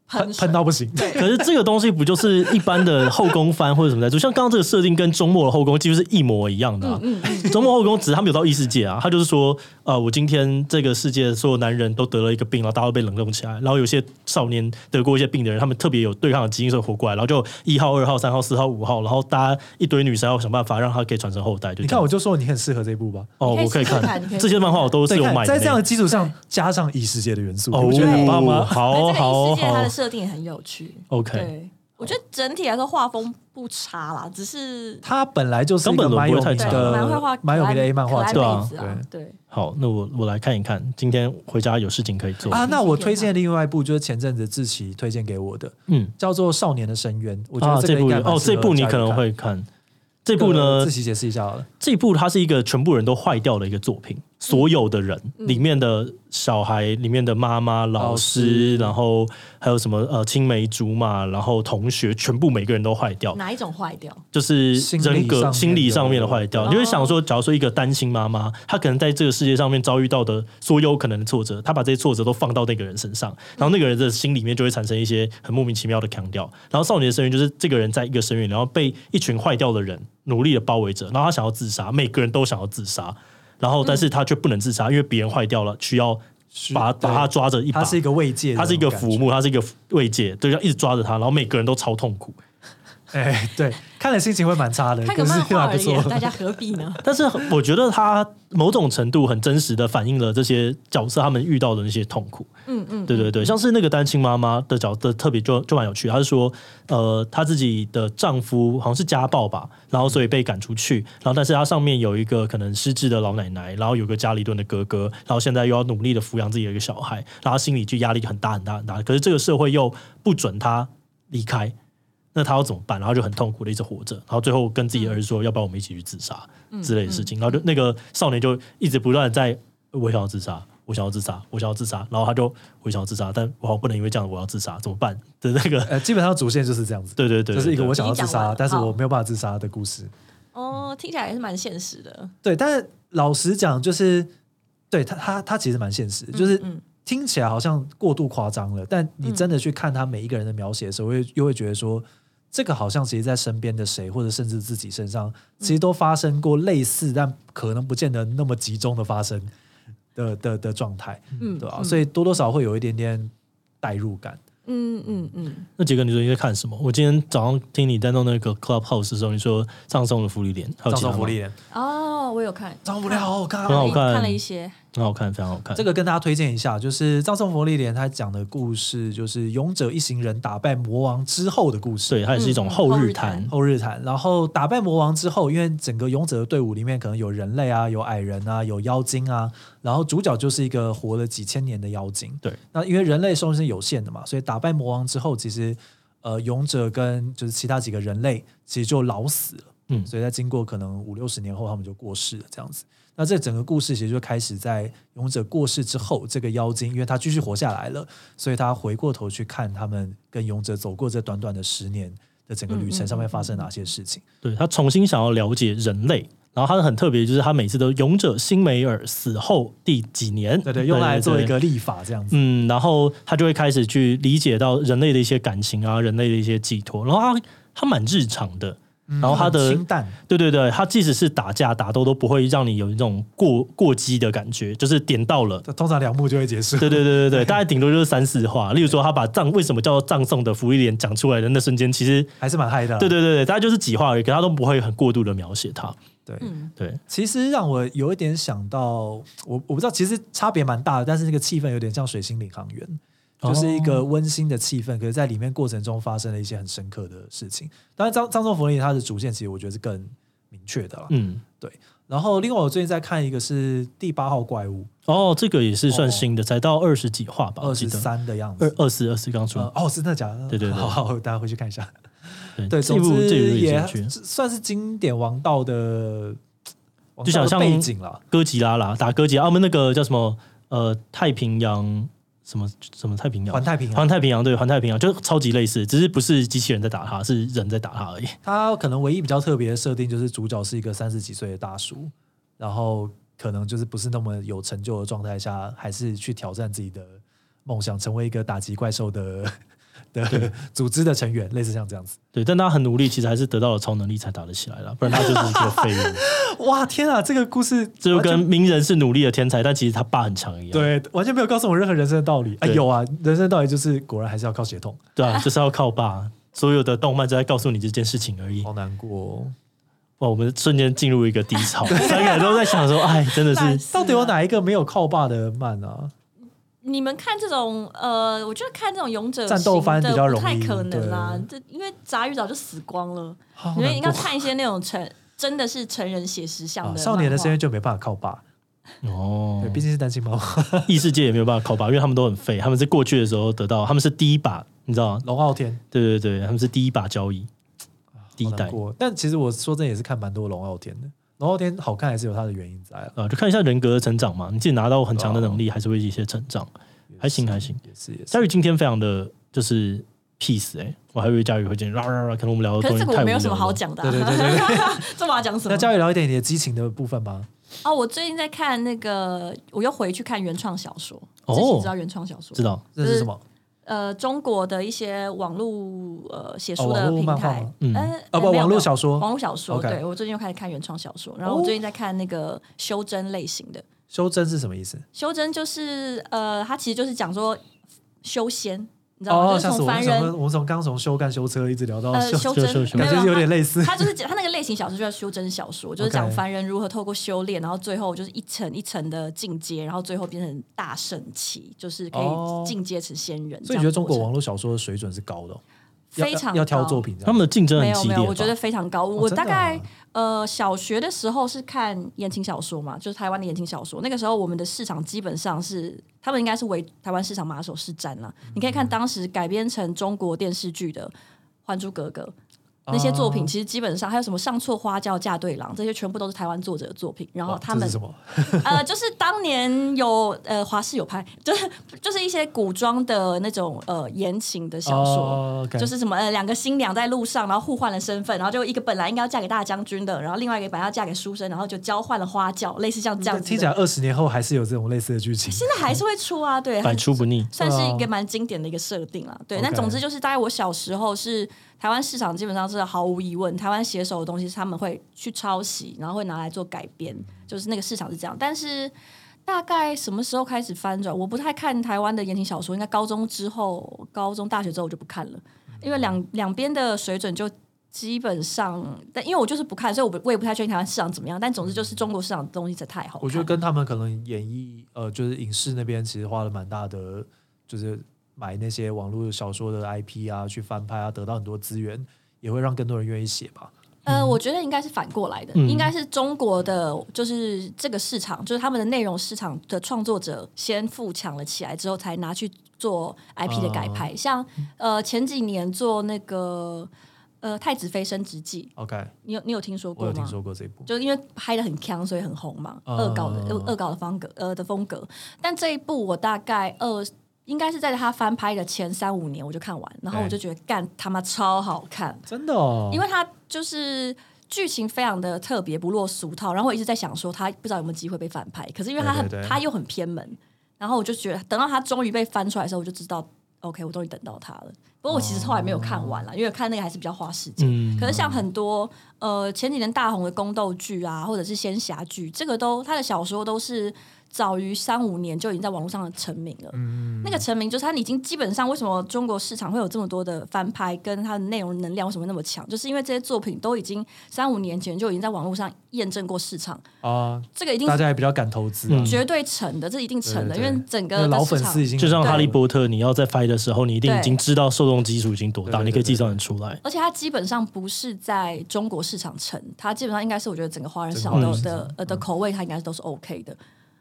C: 喷水
B: 喷到不行，
A: 可是这个东西不就是一般的后宫番或者什么在做？像刚刚这个设定跟周末的后宫几乎是一模一样的、啊。周末后宫只是他们有到异世界啊，他就是说，呃，我今天这个世界所有男人都得了一个病，然后大家都被冷冻起来，然后有些少年得过一些病的人，他们特别有对抗的基因，所以活过来，然后就一号、二号、三号、四号、五号，然后大家一堆女生要想办法让他可以传承后代。就
B: 你
A: 这
B: 看
A: 样
B: 我就说你很适合这一部吧。
A: 哦，
C: 你可
A: 我可
C: 以
A: 以
C: 试试
A: 看
C: 看你可以
A: 这些漫画，我都是
B: 对，
A: 有买的
B: 看在
A: 那
B: 这样
A: 个。
B: 的基础上加上异世界的元素，
A: 哦，
B: 我觉得很棒啊吗？
A: 好
C: 对哎这个
A: 好
C: 异世界它
A: 好
C: 的设定也很有趣。
A: ，OK。
C: 对，我觉得整体来说画风不差啦，只是
B: 他本来就是
A: 冈
B: 一个
A: 本伦
B: 蛮
A: 不
B: 有
A: 会太
B: 名
A: 差
C: 对
A: 呃
C: 蛮会
B: 的
C: 画可爱，
B: 蛮有名的 A 漫画
C: 可
A: 对
B: 家
A: 啊
C: 爱妹子啊，对。
A: 好，那我我来看一看，今天回家有事情可以做。
B: 啊。那我推荐另外一部，就是前阵子志奇推荐给我的，
A: 嗯，
B: 叫做《少年的深渊》。我觉
A: 啊，
B: 得这
A: 这
B: 个应
A: 部
B: 该
A: 也
B: 蛮
A: 哦，
B: 适合
A: 这部你可能
B: 家里看
A: 会看。这部呢
B: 志，奇解释一下好了。
A: 这部它是一个全部人都坏掉的一个作品，所有的人
B: 嗯
A: 里面的小孩、里面的妈妈、老师，
B: 师
A: 然后还有什么呃青梅竹马，然后同学，全部每个人都坏掉。
C: 哪一种坏掉？
A: 就是
B: 心理
A: 人格、
B: 上面
A: 心理
B: 的哦
A: 上面的坏掉。你会想说，假如说一个单亲妈妈，她可能在这个世界上面遭遇到的所有可能的挫折，她把这些挫折都放到那个人身
B: 嗯
A: 上，然后那个人的心里面就会产生一些很莫名其妙的强调。然后少年的深渊就是这个人在一个深渊，然后被一群坏掉的人努力的包围着，然后他想要自杀，每个人都想要自杀，然后但是他却不能自杀，因为别人坏掉了，需要
B: 是
A: 把把他
B: 对
A: 抓着一把
B: 它。是一个慰藉的那
A: 他
B: 种感觉，
A: 是一个浮木，他是一个慰藉，对，要一直抓着他，然后每个人都超痛苦。
B: 哎，对，看了心情会蛮差的，
C: 看
B: 哎可
C: 个
B: 是
C: 漫
B: 还
C: 画而
B: 不
C: 已
B: 错，
C: 啊，大家何必呢？
A: 但是我觉得它某种程度很真实的反映了这些角色他们遇到的那些痛苦。
C: 嗯嗯，
A: 对对对，像是那个单亲妈妈的角的特别就就蛮有趣，她是说，呃，她自己的丈夫好像是家暴吧，然后所以被赶出去，然后但是她上面有一个可能失智的老奶奶，然后有个家里蹲的哥哥，然后现在又要努力的抚养自己的一个小孩，然后她心里就压力很大很大很大，可是这个社会又不准她离开。那她要怎么办？然后就很痛苦的一直活着，然后最后跟自己的儿子说，要不然我们一起去自杀之类的事情。然后就那个少年就一直不断地在我想要自杀，我想要自杀，我想要自杀，然后他就我想要自杀，但我好像不能因为这样我要自杀，怎么办的那个，
B: 呃，基本上主线就是这样子，
A: 对对对，
B: 就是一个
A: 对
B: 我想要自
C: 已经讲完
B: 杀
C: 了，
B: 但是我没有办法自杀的故事。
C: 哦，听起来也是蛮现实的。
B: 对，但是老实讲，就是对他他他其实蛮现实，就是
C: 嗯
B: 听起来好像过度夸张了，但你真的去看他每一个人的描写的时候，会又会觉得说，这个好像其实在身边的谁，或者甚至自己身上，其
C: 嗯
B: 实都发生过类似，但可能不见得那么集中的发生的的的状态，
C: 嗯，
B: 对啊吧、所以多多少少会有一点点代入感。
C: 嗯嗯嗯，
A: 那杰哥，你最近在看什么？我今天早上听你在弄那个 Clubhouse 的时候，你说葬送的福利莲，还有
B: 张
A: 其他
B: 松
A: 吗
B: 福利，人，
C: 哦，我有看，
B: 张松福利莲好好看
A: 很
B: 啊！
A: 好看
C: 看了一些，
A: 很好看，非常好看。
B: 这个跟大家推荐一下，就是张颂福利莲他讲的故事，就是勇者一行人打败魔王之后的故事。
A: 对，它也是一种
C: 嗯
A: 后
C: 后
A: 日
C: 日
A: 谈
C: 谈，
B: 后日谈，然后打败魔王之后，因为整个勇者的队伍里面可能有人类啊，有矮人啊，有妖精啊，然后主角就是一个活了几千年的妖精。
A: 对，
B: 那因为人类寿命是有限的嘛，所以打败魔王之后，其实呃勇者跟就是其他几个人类其实就老死了。
A: 嗯
B: 所以在经过可能五六十年后，他们就过世了这样子。那这整个故事其实就开始在勇者过世之后，这个妖精因为他继续活下来了，所以他回过头去看他们跟勇者走过这短短的十年的整个旅程上面发生哪些事情。
A: 对他重新想要了解人类。然后他很特别，就是他每次都勇者辛梅尔死后第几年，
B: 对对，用来做
A: 对
B: 一个立法这样子。
A: 嗯，然后他就会开始去理解到人类的一些感情啊，人类的一些寄托。然后他他蛮日常的，然后他的
B: 嗯很清淡，
A: 对对对，他即使是打架打斗都不会让你有一种过过激的感觉，就是点到 了。
B: 通常两幕就会结束。
A: 对对对对对，大概顶多就是三四话。例如说，他把葬为什么叫做葬送的福利莲讲出来的那瞬间，其实
B: 还是蛮嗨的啊。
A: 对对对对，大概就是几话而已，可他都不会很过度的描写他。
B: 对，
C: 嗯
A: 对，
B: 其实让我有一点想到，我我不知道，其实差别蛮大的，但是那个气氛有点像《水星领航员》，
A: 哦
B: 就是一个温馨的气氛，可是在里面过程中发生了一些很深刻的事情。当然张，张仲福利他的主线其实我觉得是更明确的啦。
A: 嗯，
B: 然后，另外我最近在看一个是《第八号怪物
A: 哦，这个也是算新的，才到二十几话》，吧，我
B: 二
A: 记
B: 十
A: 得
B: 三的样
A: 哦二
B: 子。
A: 二十二十刚出
B: 呃。哦，是真的假的？
A: 对对对
B: 好好，大家回去看一下。对，
A: 对，这
B: 总
A: 一部这一
B: 之
A: 部也
B: 也
A: 进去。
B: 算是经典王道的，王
A: 就想
B: 道的
A: 象
B: 背景了。
A: 哥吉拉啦，打哥吉拉，啊我们那个叫什么呃太平洋什么什么太平洋
B: 环太平洋
A: 环太平洋对环太平洋就是超级类似，只是不是机器人在打它，是人在打它而已。
B: 他可能唯一比较特别的设定就是主角是一个三十几岁的大叔，然后可能就是不是那么有成就的状态下，还是去挑战自己的梦想，成为一个打击怪兽的 的组织的成员，类似像这样子。
A: 对，但他很努力，其实还是得到了超能力才打得起来了，不然他就是一个废 物。
B: 哇，天啊，这个故事
A: 这就
B: 完
A: 跟
B: 全
A: 鸣人是努力的天才，但其实他爸很强一样。
B: 对完全没有告诉我任何人生的道理啊、
A: 对
B: 有啊，人生的道理就是果然还是要靠血统，
A: 对啊，就是要靠爸。所有的动漫就在告诉你这件事情而已。
B: 好难过、哦。
A: 哇，我们瞬间进入一个低潮，三个人都在想说，哎，真的
C: 烂
A: 是
C: 死
B: 到底有
C: 了
B: 哪一个没有靠爸的漫啊？
C: 你们看这种呃，我觉得看这种勇者
B: 战斗番
C: 型
B: 比
C: 的
B: 较容易
C: 不太可能啦。这因为杂鱼早就死光了，
B: 好
C: 你们
B: 难
C: 应该
B: 过
C: 看一些那种成真的是成人写实像
B: 啊！
C: 的
B: 少年的
C: 漫画
B: 声音就没办法靠爸，
A: 哦
B: 对，毕竟是单亲妈妈。
A: 异世界也没有办法靠吧，因为他们都很废，他们是过去的时候得到，他们是第一把，你知道吗？
B: 龙傲天，
A: 对对对，他们是第一把交椅，第一
B: 好难
A: 代。
B: 过。但其实我说真的也是看蛮多龙傲天的，龙傲天好看还是有它的原因在啊。
A: 呃，就看一下人格的成长嘛，你自己拿到很强的能力，还是会一些成长。还行
B: 哦也是
A: 还行，
B: 也是也是。
A: 佳宇今天非常的就是 peace 哎、我还以为佳宇会进，啦啦啦，可能我们聊的
C: 可
A: 东
C: 是
A: 西
C: 这个
A: 太
C: 我
A: 无
C: 没
A: 聊
C: 有什么好
A: 了。
C: 讲的、
B: 对
C: 啊，
B: 对对对对，
C: 这我要讲什
B: 那
C: 么？
B: 嘉宇聊一点你的激情的部分吧。
C: 哦，我最近在看那个，我又回去看原创小说。
A: 哦
C: 之前知道原创小说
A: 知？道，
B: 这是什么？
C: 呃，中国的一些网络呃写
B: 哦
C: 书
B: 网
C: 的
B: 络
C: 平
B: 漫画
C: 台
B: 吗，
A: 嗯
C: 呃
B: 啊
C: 呃
B: 不
C: 没有
B: 网
C: 没
B: 络
C: 有
B: 小说
C: 网络小说。
B: OK
C: 对我最近又开始看原创小说，然后
B: 哦
C: 我最近在看那个修真类型的。
B: 修真是什么意思？
C: 修真就是呃，它其实就是讲说修仙，你知道吗？
B: 哦，
C: 就是
B: 吓死
C: 从
B: 我！我
C: 凡
B: 们想
C: 人
B: 说我们从刚从修干修车一直聊到
C: 呃
B: 修，
C: 修
A: 就
C: 真
A: 是，
B: 感
C: 没
B: 觉有点
C: 有。
B: 类似
C: 他就是他那个类型小说就叫修真小说，就是讲凡人如何透过修炼，然后最后就是一层一层的进阶，然后最后变成大圣期，就是可
B: 哦
C: 以进阶成仙人。
B: 所以你觉得中国
C: 这样
B: 网络小说的水准是高的哦、
C: 的过程非常
B: 要要挑
C: 高
B: 作品这样，
A: 他们的竞争
C: 没
A: 很
C: 有
A: 激
C: 没
A: 烈
C: 有，
A: 吧。
C: 我觉得非常高。我
B: 真
C: 大
B: 的啊
C: 概、呃小学的时候是看言情小说嘛，就是台湾的言情小说。那个时候我们的市场基本上是他们应该是为台湾市场马首是瞻了。
B: 嗯
C: 你可以看当时改编成中国电视剧的。《还珠格格》那些作品，
B: 哦
C: 其实基本上还有什么《上错花轿嫁对郎》，这些全部都是台湾作者的作品。然后
B: 哇
C: 哦
B: 哦
C: 他
B: 这
C: 们
B: 是什么？
C: 呃，就是当年有呃华视有拍，就是就是一些古装的那种呃言情的小说，
B: 哦，OK
C: 就是什么呃两个新娘在路上，然后互换了身份，然后就一个本来应该要嫁给大将军的，然后另外一个本来要嫁给书生，然后就交换了花轿，类似像这样子的。
B: 嗯听起来二十年后还是有这种类似的剧情。
C: 现在还是会出啊，对，
A: 百出不腻。
C: 算是一
B: 对
C: 个
B: 啊
C: 蛮经典的一个设定啦。对，
B: OK
C: 但总之就是，大概我小时候是台湾市场基本上是毫无疑问，台湾写手的东西是他们会去抄袭，然后会拿来做改编，就是那个市场是这样。但是大概什么时候开始翻转？我不太看台湾的言情小说，应该高中之后，高中大学之后我就不看了，因为两两边的水准就。基本上，但因为我就是不看，所以我不我也不太确定台湾市场怎么样。但总之就是中国市场的东西实在太好看了，
B: 我觉得跟他们可能演艺呃，就是影视那边其实花了蛮大的，就是买那些网络小说的 IP 啊，去翻拍啊，得到很多资源，也会让更多人愿意写吧。
C: 呃，我觉得应该是反过来的，
A: 嗯
C: 应该是中国的，就是这个市场，就是他们的内容市场的创作者先富强了起来，之后才拿去做 IP 的改哦拍。像呃前几年做那个呃《太子妃升职记》，
B: OK，
C: 你有你有听说
B: 我
C: 哦过
B: 有听
C: 吗？
B: 说过这一部。
C: 就因为拍的很强，所以很红嘛，
B: 嗯
C: 恶搞的恶恶搞的风格呃的风格。但这一部我大概二。应该是在他翻拍的前三五年我就看完，然后我就觉得干他妈超好看，
B: 真的哦，
C: 因为它就是剧情非常的特别，不落俗套。然后我一直在想说，它不知道有没有机会被翻拍，可是因为它很，
B: 对对对
C: 它又很偏门。然后我就觉得，等到它终于被翻出来的时候，我就知道，OK，我终于等到它了。不过我其实后来没有看完
B: 哦
C: 了，因为看那个还是比较花时间。
A: 嗯
C: 可是像很多呃前几年大红的宫斗剧啊，或者是仙侠剧，这个都他的小说都是早于三五年就已经在网络上成名了。
B: 嗯
C: 那个成名就是他已经基本上为什么中国市场会有这么多的翻拍，跟它的内容能量为什么那么强，就是因为这些作品都已经三五年前就已经在网络上验证过市场，
B: 啊，
C: 这个一定
B: 大
C: 是
B: 家也比较敢投资啊
A: 嗯。
C: 绝对成的，这一定成的，
B: 对对对
C: 因为整
B: 那
C: 个
B: 个
C: 的
B: 老
C: 市
B: 粉
C: 场
B: 丝已经
A: 就像哈利
B: 对
A: 波特，你要在翻译的时候，你一定已
C: 对
A: 经知道受众基础已经多大，
B: 对对对
A: 你可以计算得出来。
C: 而且它基本上不是在中国市场成，它基本上应该是我觉得整个华人市场
A: 整个华
C: 的
B: 人市场嗯
C: 的呃的口味，它应该都是 OK 的。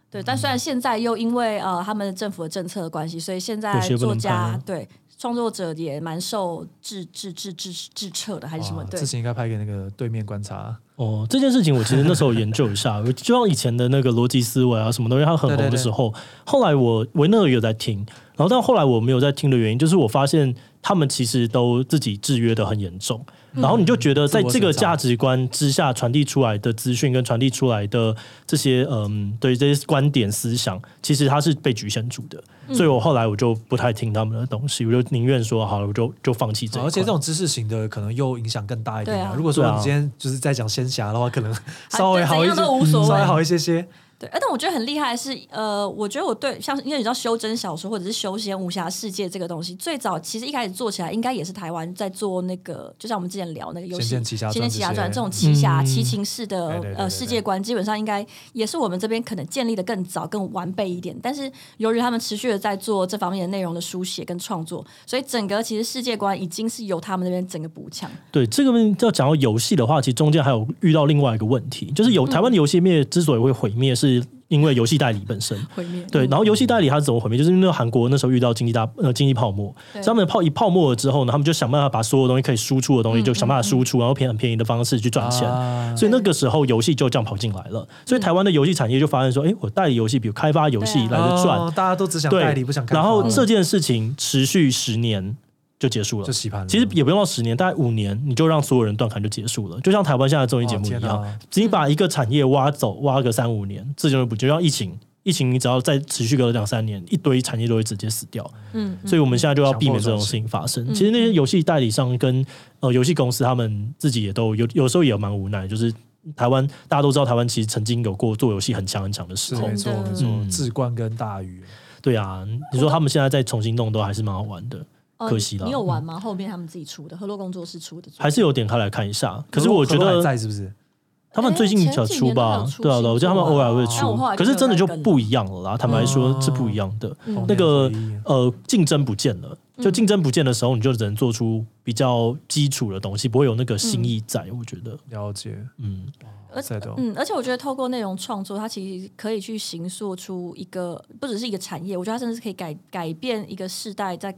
C: 对，但虽然现在又因为呃他们政府的政策的关系，所以现在
A: 有些不能
C: 作
A: 拍
B: 啊
C: 家
A: 了
C: 对创作者也蛮受制制制制制掣的，还是什么
B: 哇
C: 对
B: 啊之。前应该拍给那个对面观察，
A: 哦，这件事情我其实那时候有研究一 下，我就像以前的那个逻辑思维啊什么东西，它很红的时候，后来我维那尔有在听，然后但后来我没有在听的原因，就是我发现他们其实都自己制约的很严重，
B: 嗯
A: 然后你就觉得在这个价值观之下传递出来的资讯跟传递出来的这些嗯对这些观点思想，其实它是被局限住的，
B: 嗯
A: 所以我后来我就不太听他们的东西，我就宁愿说好了，我就就放弃这一
B: 哦
A: 块。
B: 而且这种知识型的可能又影响更大一点
C: 对
B: 啊
C: 啊。
B: 如果说
A: 对啊
B: 你今天就是在讲仙侠的话，可能稍微好一些，嗯
C: 怎样都无所谓
B: 稍微好一些些。
C: 对，呃但我觉得很厉害的是，呃，我觉得我对像因为你知道修真小说或者是修仙武侠世界这个东西，最早其实一开始做起来，应该也是台湾在做那个，就像我们之前聊那个游戏《
B: 仙剑奇侠传
C: 仙剑奇侠传》
B: 这些
C: 这种奇侠、
A: 嗯
C: 奇情式的
B: 对对对对
C: 呃
B: 对
C: 世界观，基本上应该也是我们这边可能建立的更早、更完备一点。但是由于他们持续的在做这方面的内容的书写跟创作，所以整个其实世界观已经是由他们那边整个补强。
A: 对这个问要讲到游戏的话，其实中间还有遇到另外一个问题，就是
B: 嗯
A: 有台湾的游戏灭之所以会毁灭，是因为游戏代理本身。
C: 毁灭
A: 对，
B: 嗯
A: 然后游戏代理它是怎么毁灭？就是因为韩国那时候遇到经济大呃经济泡沫，所
C: 对
A: 以他们泡一泡沫了之后呢，他们就想办法把所有东西可以输出的东西就想办法输出，然后便很便宜的方式去赚钱。
B: 嗯啊嗯
A: 所以那个时候游戏就这样跑进来了，所以台湾的游戏产业就发现说，哎，我代理游戏比开发游戏来的赚
B: 哦，嗯大家都只想
A: 对
B: 代理，不想开发
A: 然
B: 了。
A: 后这件事情持续十年就结束了
B: 就。洗盘了。
A: 其实也不用到十年，大概五年，你就让所有人断砍就结束了，就像台湾现在的综艺节目一
B: 哦天
A: 样
B: 啊，
A: 你把一个产业挖走，挖个三五年，这就是不就像疫情，疫情你只要再持续个两三年，一堆产业都会直接死掉。
C: 嗯，嗯
A: 所以我们现在就要避免这种事情发生。
B: 嗯
A: 其实那些游戏代理商跟呃游戏公司他们自己也都有有时候也蛮无奈，就是台湾大家都知道，台湾其实曾经有过做游戏很强很强的时
B: 是
A: 候
B: 没，错
C: 真的
B: 没错，
A: 嗯
B: 志冠跟大鱼
A: 对啊，你说他们现在再重新弄都还是蛮好玩的。
C: 呃
A: 可惜了
C: 你有玩吗？后面他们自己出的，合作工作室出的作品，
A: 还是有点开来看一下。 可是我觉
B: 可乐还
A: 得
B: 在是不是？
A: 他们最近
C: 哎前
A: 有
C: 几
A: 出
C: 年都
A: 吧
C: 有，出
A: 对啊，对啊，我觉得他们偶尔会出
B: 新作
C: 啊但我后来，
A: 可
C: 就是
A: 真的
C: 没
A: 就
C: 有再跟
A: 不一样了啦。坦白说是不一样的，
C: 嗯
A: 那个
B: 童年哦回忆
A: 呃，竞争不见了，就竞争不见的时候，你就只能做出比较基础的东西，不会有那个新意在。我觉得，
B: 了解，哦
A: 嗯，
C: 而
B: 赛道
C: 嗯，而且我觉得透过内容创作，它其实可以去形塑出一个不只是一个产业，我觉得它甚至是可以改改变一个世代在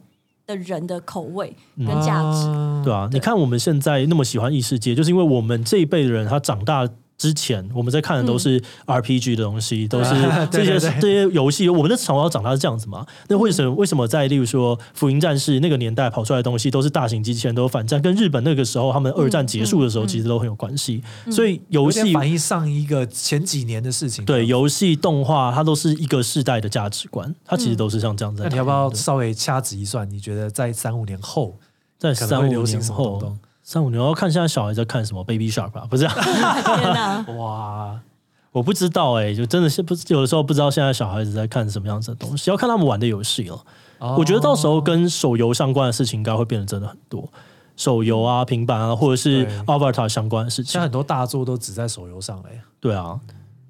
C: 的人的口味跟嗯
A: 嗯
C: 价值。
B: 值
A: 对啊，你看我们现在那么喜欢异世界，就是因为我们这一辈的人，他长大。之前我们在看的都是 RPG 的东西，都是这
B: 嗯啊 对
A: 些
B: 对
A: 这些游戏。我们的从小长大是这样子嘛？那为什么为什么在例如说《福音战士》那个年代跑出来的东西都是大型机器人，都有反战，跟日本那个时候他们二战结束的时
B: 嗯
A: 候其实都很有关系。所以游
B: 有点
A: 戏
B: 反映上一个前几年的事情。
A: 对，游戏、动画，它都是一个世代的价值观，它其实都是像这样子
B: 那
A: 在讨
B: 你要
A: 论
B: 不
A: 的。
B: 要稍微掐指一算？你觉得在三五年后
A: 在
B: 可
A: 三
B: 能会
A: 五
B: 流行
A: 年
B: 什么东
A: 后
B: 东？？
A: 三五年后看现在小孩在看什么 Baby Shark 吧？不是、啊，
C: 天 哪！
B: 哇，
A: 我不知道哎、就真的是不有的时候不知道现在小孩子在看什么样子的东西，要看他们玩的游戏了。
C: 哦
A: 我觉得到时候跟手游相关的事情应该会变得真的很多，手游啊、平板啊，或者是
B: 对
A: Avatar 相关的事
B: 现
A: 情
B: 在。很多大作都只在手游上了耶。
A: 对啊，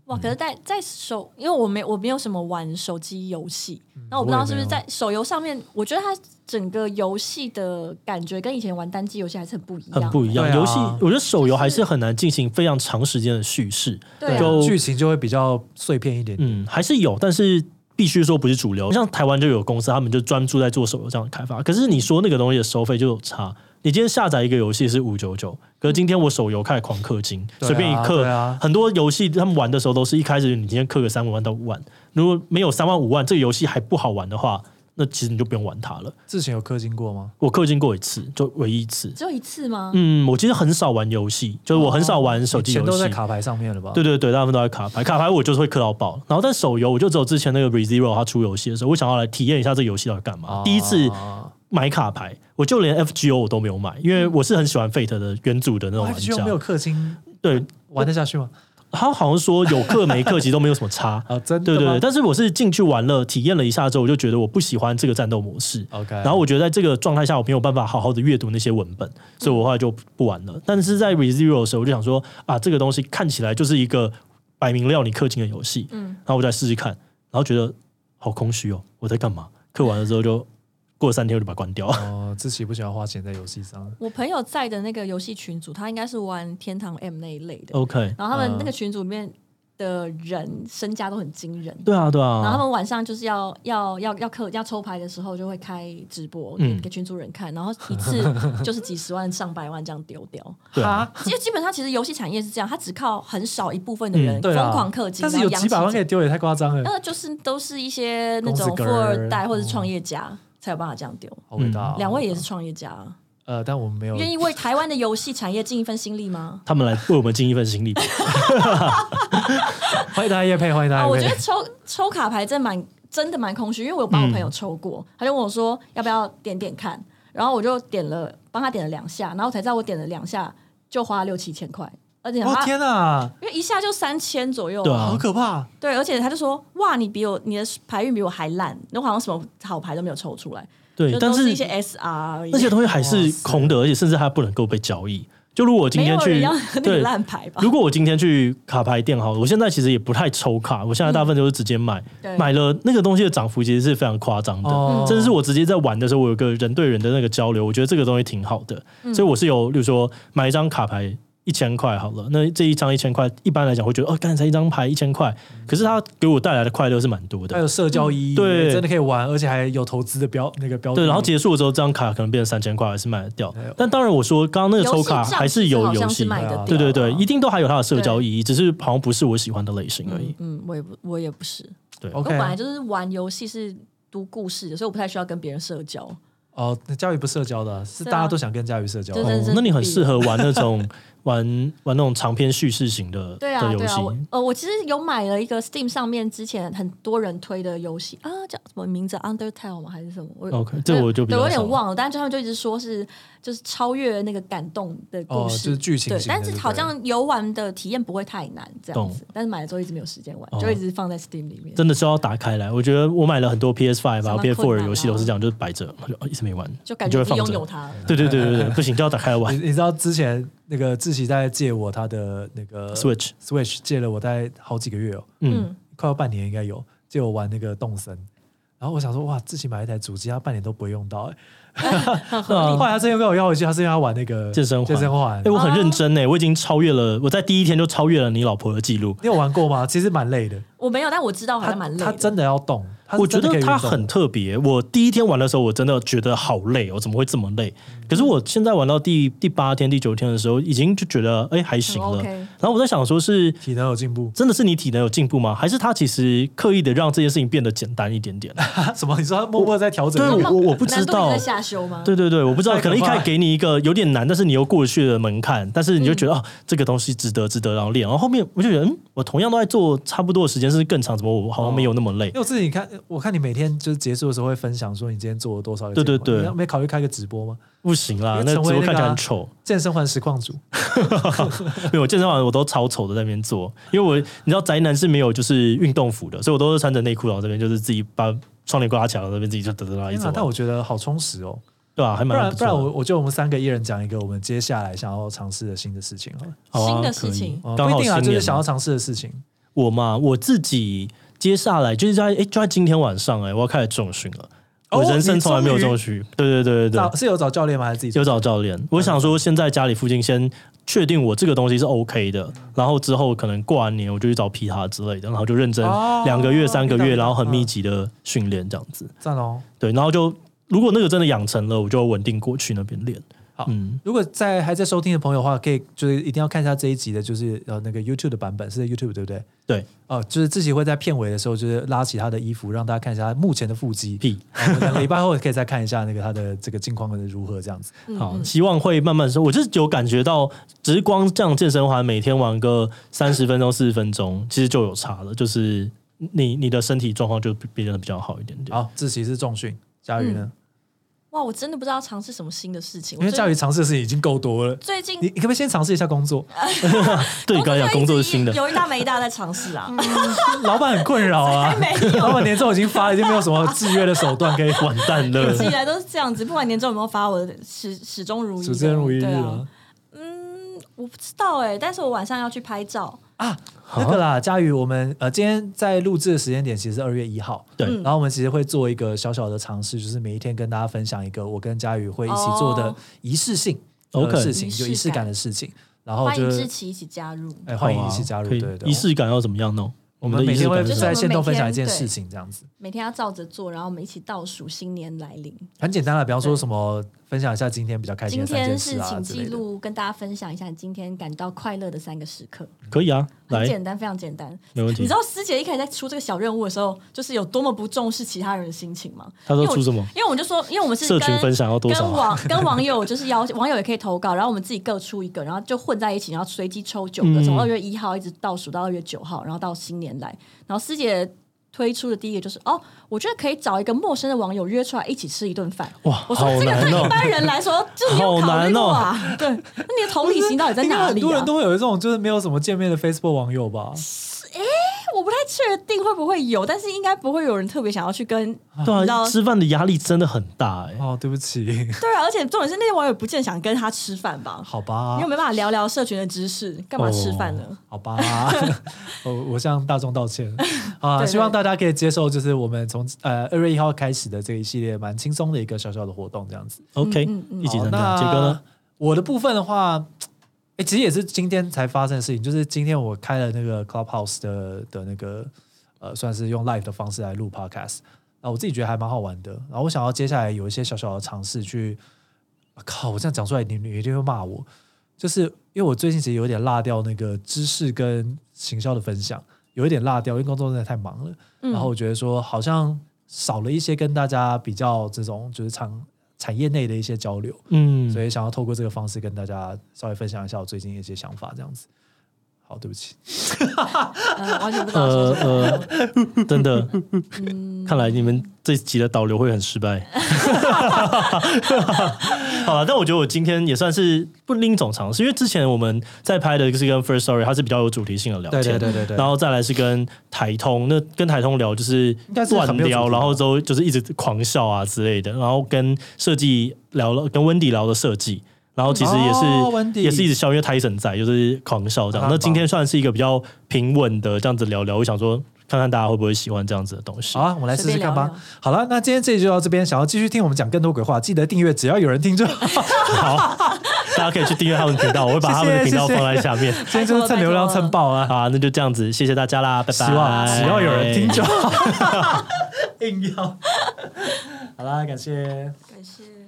C: 哇，可是在在手，因为我没我没有什么玩手机游戏，
A: 嗯
C: 那我
B: 我
C: 不知
B: 也
C: 道是
B: 没
C: 不是
B: 有
C: 在手游上面，我觉得它整个游戏的感觉跟以前玩单机游戏还是很不一样，
A: 很不一样。
B: 对啊
A: 游戏我觉得手游
C: 就是
A: 还是很难进行非常长时间的叙事。
C: 对啊，
A: 就
B: 剧情就会比较碎片一点点。
A: 嗯，还是有，但是必须说不是主流。像台湾就有公司，他们就专注在做手游这样的开发。可是你说那个东西的收费就有差。你今天下载一个游戏是五九九，可是今天我手游开始狂氪金，
B: 对啊
A: 随便一氪，
B: 对啊
A: 很多游戏他们玩的时候都是一开始你今天氪个三五万到五万，如果没有三万五万，这个游戏还不好玩的话，那其实你就不用玩它了。
B: 之前有氪金过吗？
A: 我氪金过一次，就唯一一次。
C: 只有一次吗？
A: 嗯，我其实很少玩游戏，就是我很少玩手机
B: 全
A: 游
B: 都
A: 戏
B: 在，卡牌上面了吧？
A: 对对对，大部分都在卡牌，卡牌我就是会氪到爆。然后但手游，我就只有之前那个 ReZero 它出游戏的时候，我想要来体验一下这个游戏到底干嘛。
B: 啊，
A: 第一次买卡牌，我就连 FGO 我都没有买，因为我是很喜欢 Fate 的原主的那种玩
B: FGO 没有
A: 家。
B: 氪金
A: 对
B: 玩得下去吗？。
A: 他好像说有氪没氪其实都没有什么差
B: 啊，真的
A: 对对
B: 吗
A: 对，但是我是进去玩了，体验了一下之后，我就觉得我不喜欢这个战斗模式。
B: OK，
A: 然后我觉得在这个状态下，我没有办法好好的阅读那些文本，所以我后来就不玩了。但是在 ReZero 的时候，我就想说啊，这个东西看起来就是一个摆明了要你氪金的游戏，
C: 嗯
A: 然后我再试试看，然后觉得好空虚哦，我在干嘛？氪完了之后就过了三天我就把它关掉。
B: 哦，自己不喜欢花钱在游戏上，
C: 我朋友在的那个游戏群组，他应该是玩天堂 M 那一类的，
A: OK，
C: 然后他们
B: 嗯
C: 那个群组里面的人身价都很惊人。
A: 对啊对
C: 然后他
A: 啊，
C: 们晚上就是要要要要课要抽牌的时候，就会开直播
A: 嗯
C: 给给群主人看，然后 一次就是几十万、上百万这样丢掉。
A: 对啊
B: 哈，
C: 其实基本上，其实游戏产业是这样，它只靠很少一部分的人
A: 嗯
C: 疯
B: 对啦
C: 狂氪金，
B: 但是
C: 然
B: 有
C: 后养
B: 几百万
C: 起嗯
B: 可以丢也太夸张了，
C: 那就是都是一些那
B: 公
C: 种
B: 子
C: 富
B: 哥儿
C: 二代或者是创业家才有办法这样丢。
B: 好伟嗯大哦。
C: 两位也是创业家啊，
B: 呃，但我们没有
C: 愿意为台湾的游戏产业尽一份心力吗？
A: 他们来为我们尽一份心 力。
B: 欢迎大家夜配，欢迎大
C: 啊，
B: 家
C: 我
B: 夜
C: 觉
B: 配
C: 得。抽抽卡牌真蛮真的蛮空虚，因为我有帮我
A: 嗯
C: 朋友抽过，他就问我说要不要点点看，然后我就点了，帮他点了两下，然后我才知道我点了两下就花了六七千块，而且
B: 哦
C: 他、
B: 天
A: 啊
B: 哪，
C: 因为一下就三千左右，
A: 对啊
B: 好可怕！
C: 对而且他就说哇，你比我你的牌运比我还烂，我好像什么好牌都没有抽出来，
A: 对
C: 就，
A: 但
C: 都是
A: 是
C: 一些 SR 而已
A: 那。些东西还是
B: 哇塞
A: 空的，而且甚至还不能够被交易。就如果我今
C: 没有
A: 天
C: 人
A: 去
C: 要那个
A: 对
C: 烂牌吧？
A: 如果我今天去卡牌店好了，我现在其实也不太抽卡，我现在大部分都是直接买，
C: 嗯对
A: 买了那个东西的涨幅其实是非常夸张的。
B: 哦
A: 甚至是我直接在玩的时候，我有个人对人的那个交流，我觉得这个东西挺好的，
C: 嗯
A: 所以我是有，例如说买一张卡牌一千块好了，那这一张一千块，一般来讲会觉得哦，刚才一张牌一千块，可是它给我带来的快乐是蛮多的
B: 还。有社交意义，
A: 对
B: 真的可以玩，而且还有投资的标那个标的
A: 对，然后结束了之后，这张卡可能变成三千块，还是卖得掉。但当然，我说刚刚 那个抽卡
C: 游戏账
A: 还是有
C: 好
A: 游
C: 像
A: 戏
C: 是，买得
B: 啊
C: 掉
A: 对对对，
C: 啊
A: 一定都还有它的社交意义，只是好像不是我喜欢的类型而已。
C: 嗯，我也不，我也不是。我
B: OK
C: 本来就是玩游戏是读故事的，所以我不太需要跟别人社交。
B: 哦，那教育不社交的，是
C: 对啊
A: 哦
B: 大家都想跟教育社交
C: 对
B: 的。
C: 对
A: 哦，那你很适合玩那种玩玩那种长篇叙事型的
C: 对啊，
A: 的游
C: 对
A: 戏
C: 啊，我呃，我其实有买了一个 Steam 上面之前很多人推的游戏啊，叫什么名字？Undertale 吗？还是什么？我
A: OK，这我就比
C: 对
A: 较
C: 我有
A: 少
C: 点忘了，但是他们就一直说是就是超越那个感动的
B: 哦，
C: 故
B: 就
C: 事，
B: 是剧情
C: 对，
B: 型的
C: 但是好像游玩的体验不会太难这样子，但是买了之后一直没有时间玩，
A: 哦
C: 就一直放在 Steam 里面。
A: 真的是要打开来。我觉得我买了很多 PS Five 啊、
C: 相当
A: PS Four
C: 困
A: 的
C: 难
A: 游戏
C: 啊
A: 都是这样，就是摆着，就哦一直没玩，
C: 就感
A: 你就
C: 觉
A: 会
C: 自己
A: 放
C: 拥有
A: 着。
C: 它了。
A: 对对对对对，不行就要打开来
B: 你
A: 玩。
B: 你知道之前那个志奇在借我他的那个
A: Switch
B: Switch 借了我大概好几个月哦，
A: 嗯，
B: 快要半年应该有借我玩那个动森。然后我想说，哇，志奇买一台主机，他半年都不会用 到、欸。
C: 很合 理。
B: 后来他真的跟我要回去，他是因为他玩那个
A: 健身环
B: 健身环
A: 哎、。我
C: 哦
A: 很认真呢、我已经超越了，我在第一天就超越了你老婆的记录。
B: 你有玩过吗？其实蛮累的，
C: 我没有，但我知道好
B: 他
C: 像蛮累的。
B: 他真的要动。他是
A: 我觉
B: 真的可
A: 得
B: 以
A: 它
B: 运动
A: 很特别。我第一天玩的时候，我真的觉得好累，哦我怎么会这么累？可是我现在玩到第第八天、第九天的时候，已经就觉得哎、还行了。
C: OK
A: 然后我在想说是，。
B: 体能有进步
A: 真的是你体能有进步吗？还是他其实刻意的让这件事情变得简单一点 点？
B: 他什么？你说他默默在调整
A: 对
B: 那个？
A: 我我不知
C: 难度
A: 道
C: 你在。下修吗？
A: 对对对，我不知道，
B: 太
A: 可
B: 可
A: 能一
B: 怕
A: 开
B: 了
A: 始给你一个有点难，但是你又过去的门槛，但是你就
B: 嗯
A: 觉得、哦，这个东西值得值得，然后练。然后后面我就觉得，嗯，我同样都在做差不多的时间，甚至更长，怎么我好像没有那么累
B: 因？为我自己看，我看你每天就是结束的时候会分享说你今天做了多少个
A: 对对
B: 健身环
A: 对
B: 你没考虑开个直播吗？
A: 不行啦，
B: 因为
A: 那
B: 成为
A: 直播
B: 那
A: 看
B: 个
A: 起来
B: 啊
A: 很丑。
B: 健身环实况组，
A: 没有，我健身房我都超丑的在那边做，因为我你知道宅男是没有就是运动服的，所以我都是穿着内裤，然后这边就是自己把窗帘挂起来，然后这边自己就得得啊啦一
B: 天
A: 直
B: 哪
A: 玩，
B: 但我觉得好充实哦。
A: 对啊吧、还
B: 不
A: 蛮
B: 然
A: 不
B: 不
A: 错的
B: 然我我觉得我们三个一人讲一个我们接下来想要尝试的新的事情好了
A: 好啊
C: 新的
A: 可以
C: 事情
B: 哦，
A: 刚
B: 不
A: 好
B: 一定啊，
A: 新
B: 就是
A: 年
B: 想
A: 嘛
B: 要尝试的事情。
A: 我嘛，我自己接下来就是在哎、就在今天晚上哎、我要开始重训了。
B: 哦
A: 我人生
B: 你
A: 从来没有
B: 终于
A: 重训，对对对对
B: 找
A: 对，
B: 是有找教练吗？还是自己做？
A: 有找教练。我想说，先在家里附近先确定我这个东西是 OK 的，然后之后可能过完年我就去找皮塔之类的，然后就认真
B: 哦
A: 两个月、三个
B: 明白
A: 月，
B: 明白
A: 然后很密
B: 嗯
A: 集的训练这样子。
B: 赞哦！
A: 对，然后就如果那个真的养成了，我就稳定过去那边练。
B: 好
A: 嗯，
B: 如果在还在收听的朋友的话，可以就是一定要看一下这一集的，就是呃那个 YouTube 的版本是在 YouTube 对不对？
A: 对，
B: 哦，就是自己会在片尾的时候，就是拉起他的衣服，让大家看一下他目前的腹肌。
A: 屁，
B: 然后我们两个礼拜后可以再看一下那个他的这个近况的如何这样子。
C: 嗯
A: 好，
C: 嗯
A: 希望会慢慢说。我就是有感觉到，只是光这样健身环，每天玩个三十分钟、四十分钟，其实就有差了。就是你你的身体状况就变得比较好一点点。
B: 好，志奇是重训，佳瑜呢？
C: 哇，我真的不知道尝试什么新的事情。
B: 因为
C: 嗯我最
B: 佳瑜尝试的事情已经够多了，
C: 最近
B: 你你可不可以先尝试一下工作？
A: 对你刚才讲工作是新的，
C: 有一搭没一搭在尝试啊，
B: 老板很困扰啊，老板年终已经发了，已经没有什么制约的手段可以
A: 完蛋
C: 一
A: 了。
C: 直以来都是这样子，不管年终有没有发，我始始终如一，
B: 主持人如一日
C: 对
B: 了
C: 啊。。我不知道哎，但是我晚上要去拍照，
B: 那个啦，佳宇，我们呃今天在录制的时间点其实是二月一号，
A: 对
C: 嗯
B: 然后我们其实会做一个小小的尝试，就是每一天跟大家分享一个我跟佳宇会一起做的
C: 哦
B: 仪式性的
A: OK
B: 事情，
C: 仪式
B: 就
C: 感
B: 仪式感的事情。然后
C: 欢迎
B: 哦就
C: 志
B: 是
C: 奇一起加入。
B: 哎，欢迎
A: 好啊
B: 一起加入，
A: 可以
B: 对对，
A: 仪式感要怎么样弄？我
B: 我
A: 们
B: 们
A: 的
B: 每
A: 仪式
B: 天
A: 感
B: 会
A: 是什
B: 在
A: 么
C: 就是
B: 线动分享一
C: 每天
B: 件
C: 对
B: 事情，这样子
C: 每天要照着做，然后我们一起倒数新年来临。
B: 很简单了。比方说什么分享一下今天比较开心
C: 今
B: 的三件
C: 天
B: 事
C: 是
B: 啊
C: 请
B: 之
C: 记
B: 类的。
C: 录，跟大家分享一下你今天感到快乐的三个时刻，
A: 可以啊，
C: 很
A: 来，
C: 简单，非常简单。
A: 没问
C: 你
A: 题
C: 知。道师姐一开始在出这个小任务的时候，就是有多么不重视其他人的心情吗？
A: 他说出什么？
C: 因为我们就说，因为我们是
A: 社群
C: 跟
A: 分享要多少
C: 跟
A: 啊？
C: 网 跟网友就是邀网友也可以投稿，然后我们自己各出一个，然后就混在一起，然后随机抽九个，
A: 嗯
C: 从二月一号一直倒数到二月九号，然后到新年来。然后师姐推出的第一个就是哦，我觉得可以找一个陌生的网友约出来一起吃一顿饭。
A: 哇，
C: 我说
A: 好
C: 这个
A: 难
C: 对一
A: 哦。
C: 般人来说，就是没
A: 好
C: 有考
A: 难
C: 虑
A: 哦
C: 过啊。对，那你的同理心到 底在
B: 应该
C: 哪
B: 很
C: 里
B: 多
C: 啊
B: 人？都会有一种就是没有什么见面的 Facebook 网友吧？
C: 我不太确定会不会有，但是应该不会有人特别想要去跟你
A: 对
C: 知
A: 啊，
C: 道
A: 吃饭的压力真的很大哎。
B: 哦，对不起，
C: 对啊，而且重点是那些网友不见想跟他吃饭吧？
B: 好
A: 啊
B: 吧，
C: 你有没有办法聊聊社群的知识？干嘛吃饭呢？
B: 好吧， 我我向大众道 歉啊！
C: 对
B: 希望大家可以接受，就是我们从呃二月一号开始的这一系列蛮轻松的一个小小的活动，这样子。
A: OK，
C: 嗯嗯
A: 一起
B: 好
A: 参加。
B: 那
A: 杰哥呢？
B: 我的部分的话，哎、其实也是今天才发生的事情，就是今天我开了那个 Clubhouse 的的那个呃，算是用 live 的方式来录 podcast，啊，我自己觉得还蛮好玩的。然后我想要接下来有一些小小的尝试去，啊靠，我这样讲出来，你你一定会骂我，就是因为我最近其实有点落掉那个知识跟行销的分享，有一点落掉，因为工作真的太忙
A: 哦
B: 了。
C: 嗯
B: 然后我觉得说好像少了一些跟大家比较这种就是常产业内的一些交流，
A: 嗯，
B: 所以想要透过这个方式跟大家稍微分享一下我最近的一些想法，这样子。好，对不起，
C: 呃，完全不知道
A: 呃
C: 说什么。
A: 呃， 真的，看来你们这集的导流会很失 败。好了，但我觉得我今天也算是不另一种尝试，因为之前我们在拍的是跟 First Story，它是比较有主题性的聊天，
B: 对对对对对
A: 然后再来是跟台通，那跟台通聊就是
B: 应该是很
A: 乱
B: 没有主题
A: 聊，
B: 吧
A: 然后之后就是一直狂笑啊之类的，然后跟设计聊了，跟温迪聊了设计。然后其实也是、
B: 哦温迪啊
A: 也是一直笑，因为 Tyson 在，就是狂笑这样。
B: 很棒
A: 那今天算是一个比较平稳的这样子聊聊，我想说看看大家会不会喜欢这样子的东西。
B: 好啊，我们来试试看吧。
C: 随便聊聊
B: 好了，那今天这集就到这边。想要继续听我们讲更多鬼话，记得订阅，只要有人听就 好。
A: 大家可以去订阅他们的频道，我会把他们的频道
B: 谢谢
A: 放在下 面。
B: 今天就是蹭流量蹭爆啊！
A: 好啊，那就这样子，谢谢大家啦，拜拜。
B: 希望只要有人听 就好。硬要。好啦，感谢。
C: 感谢。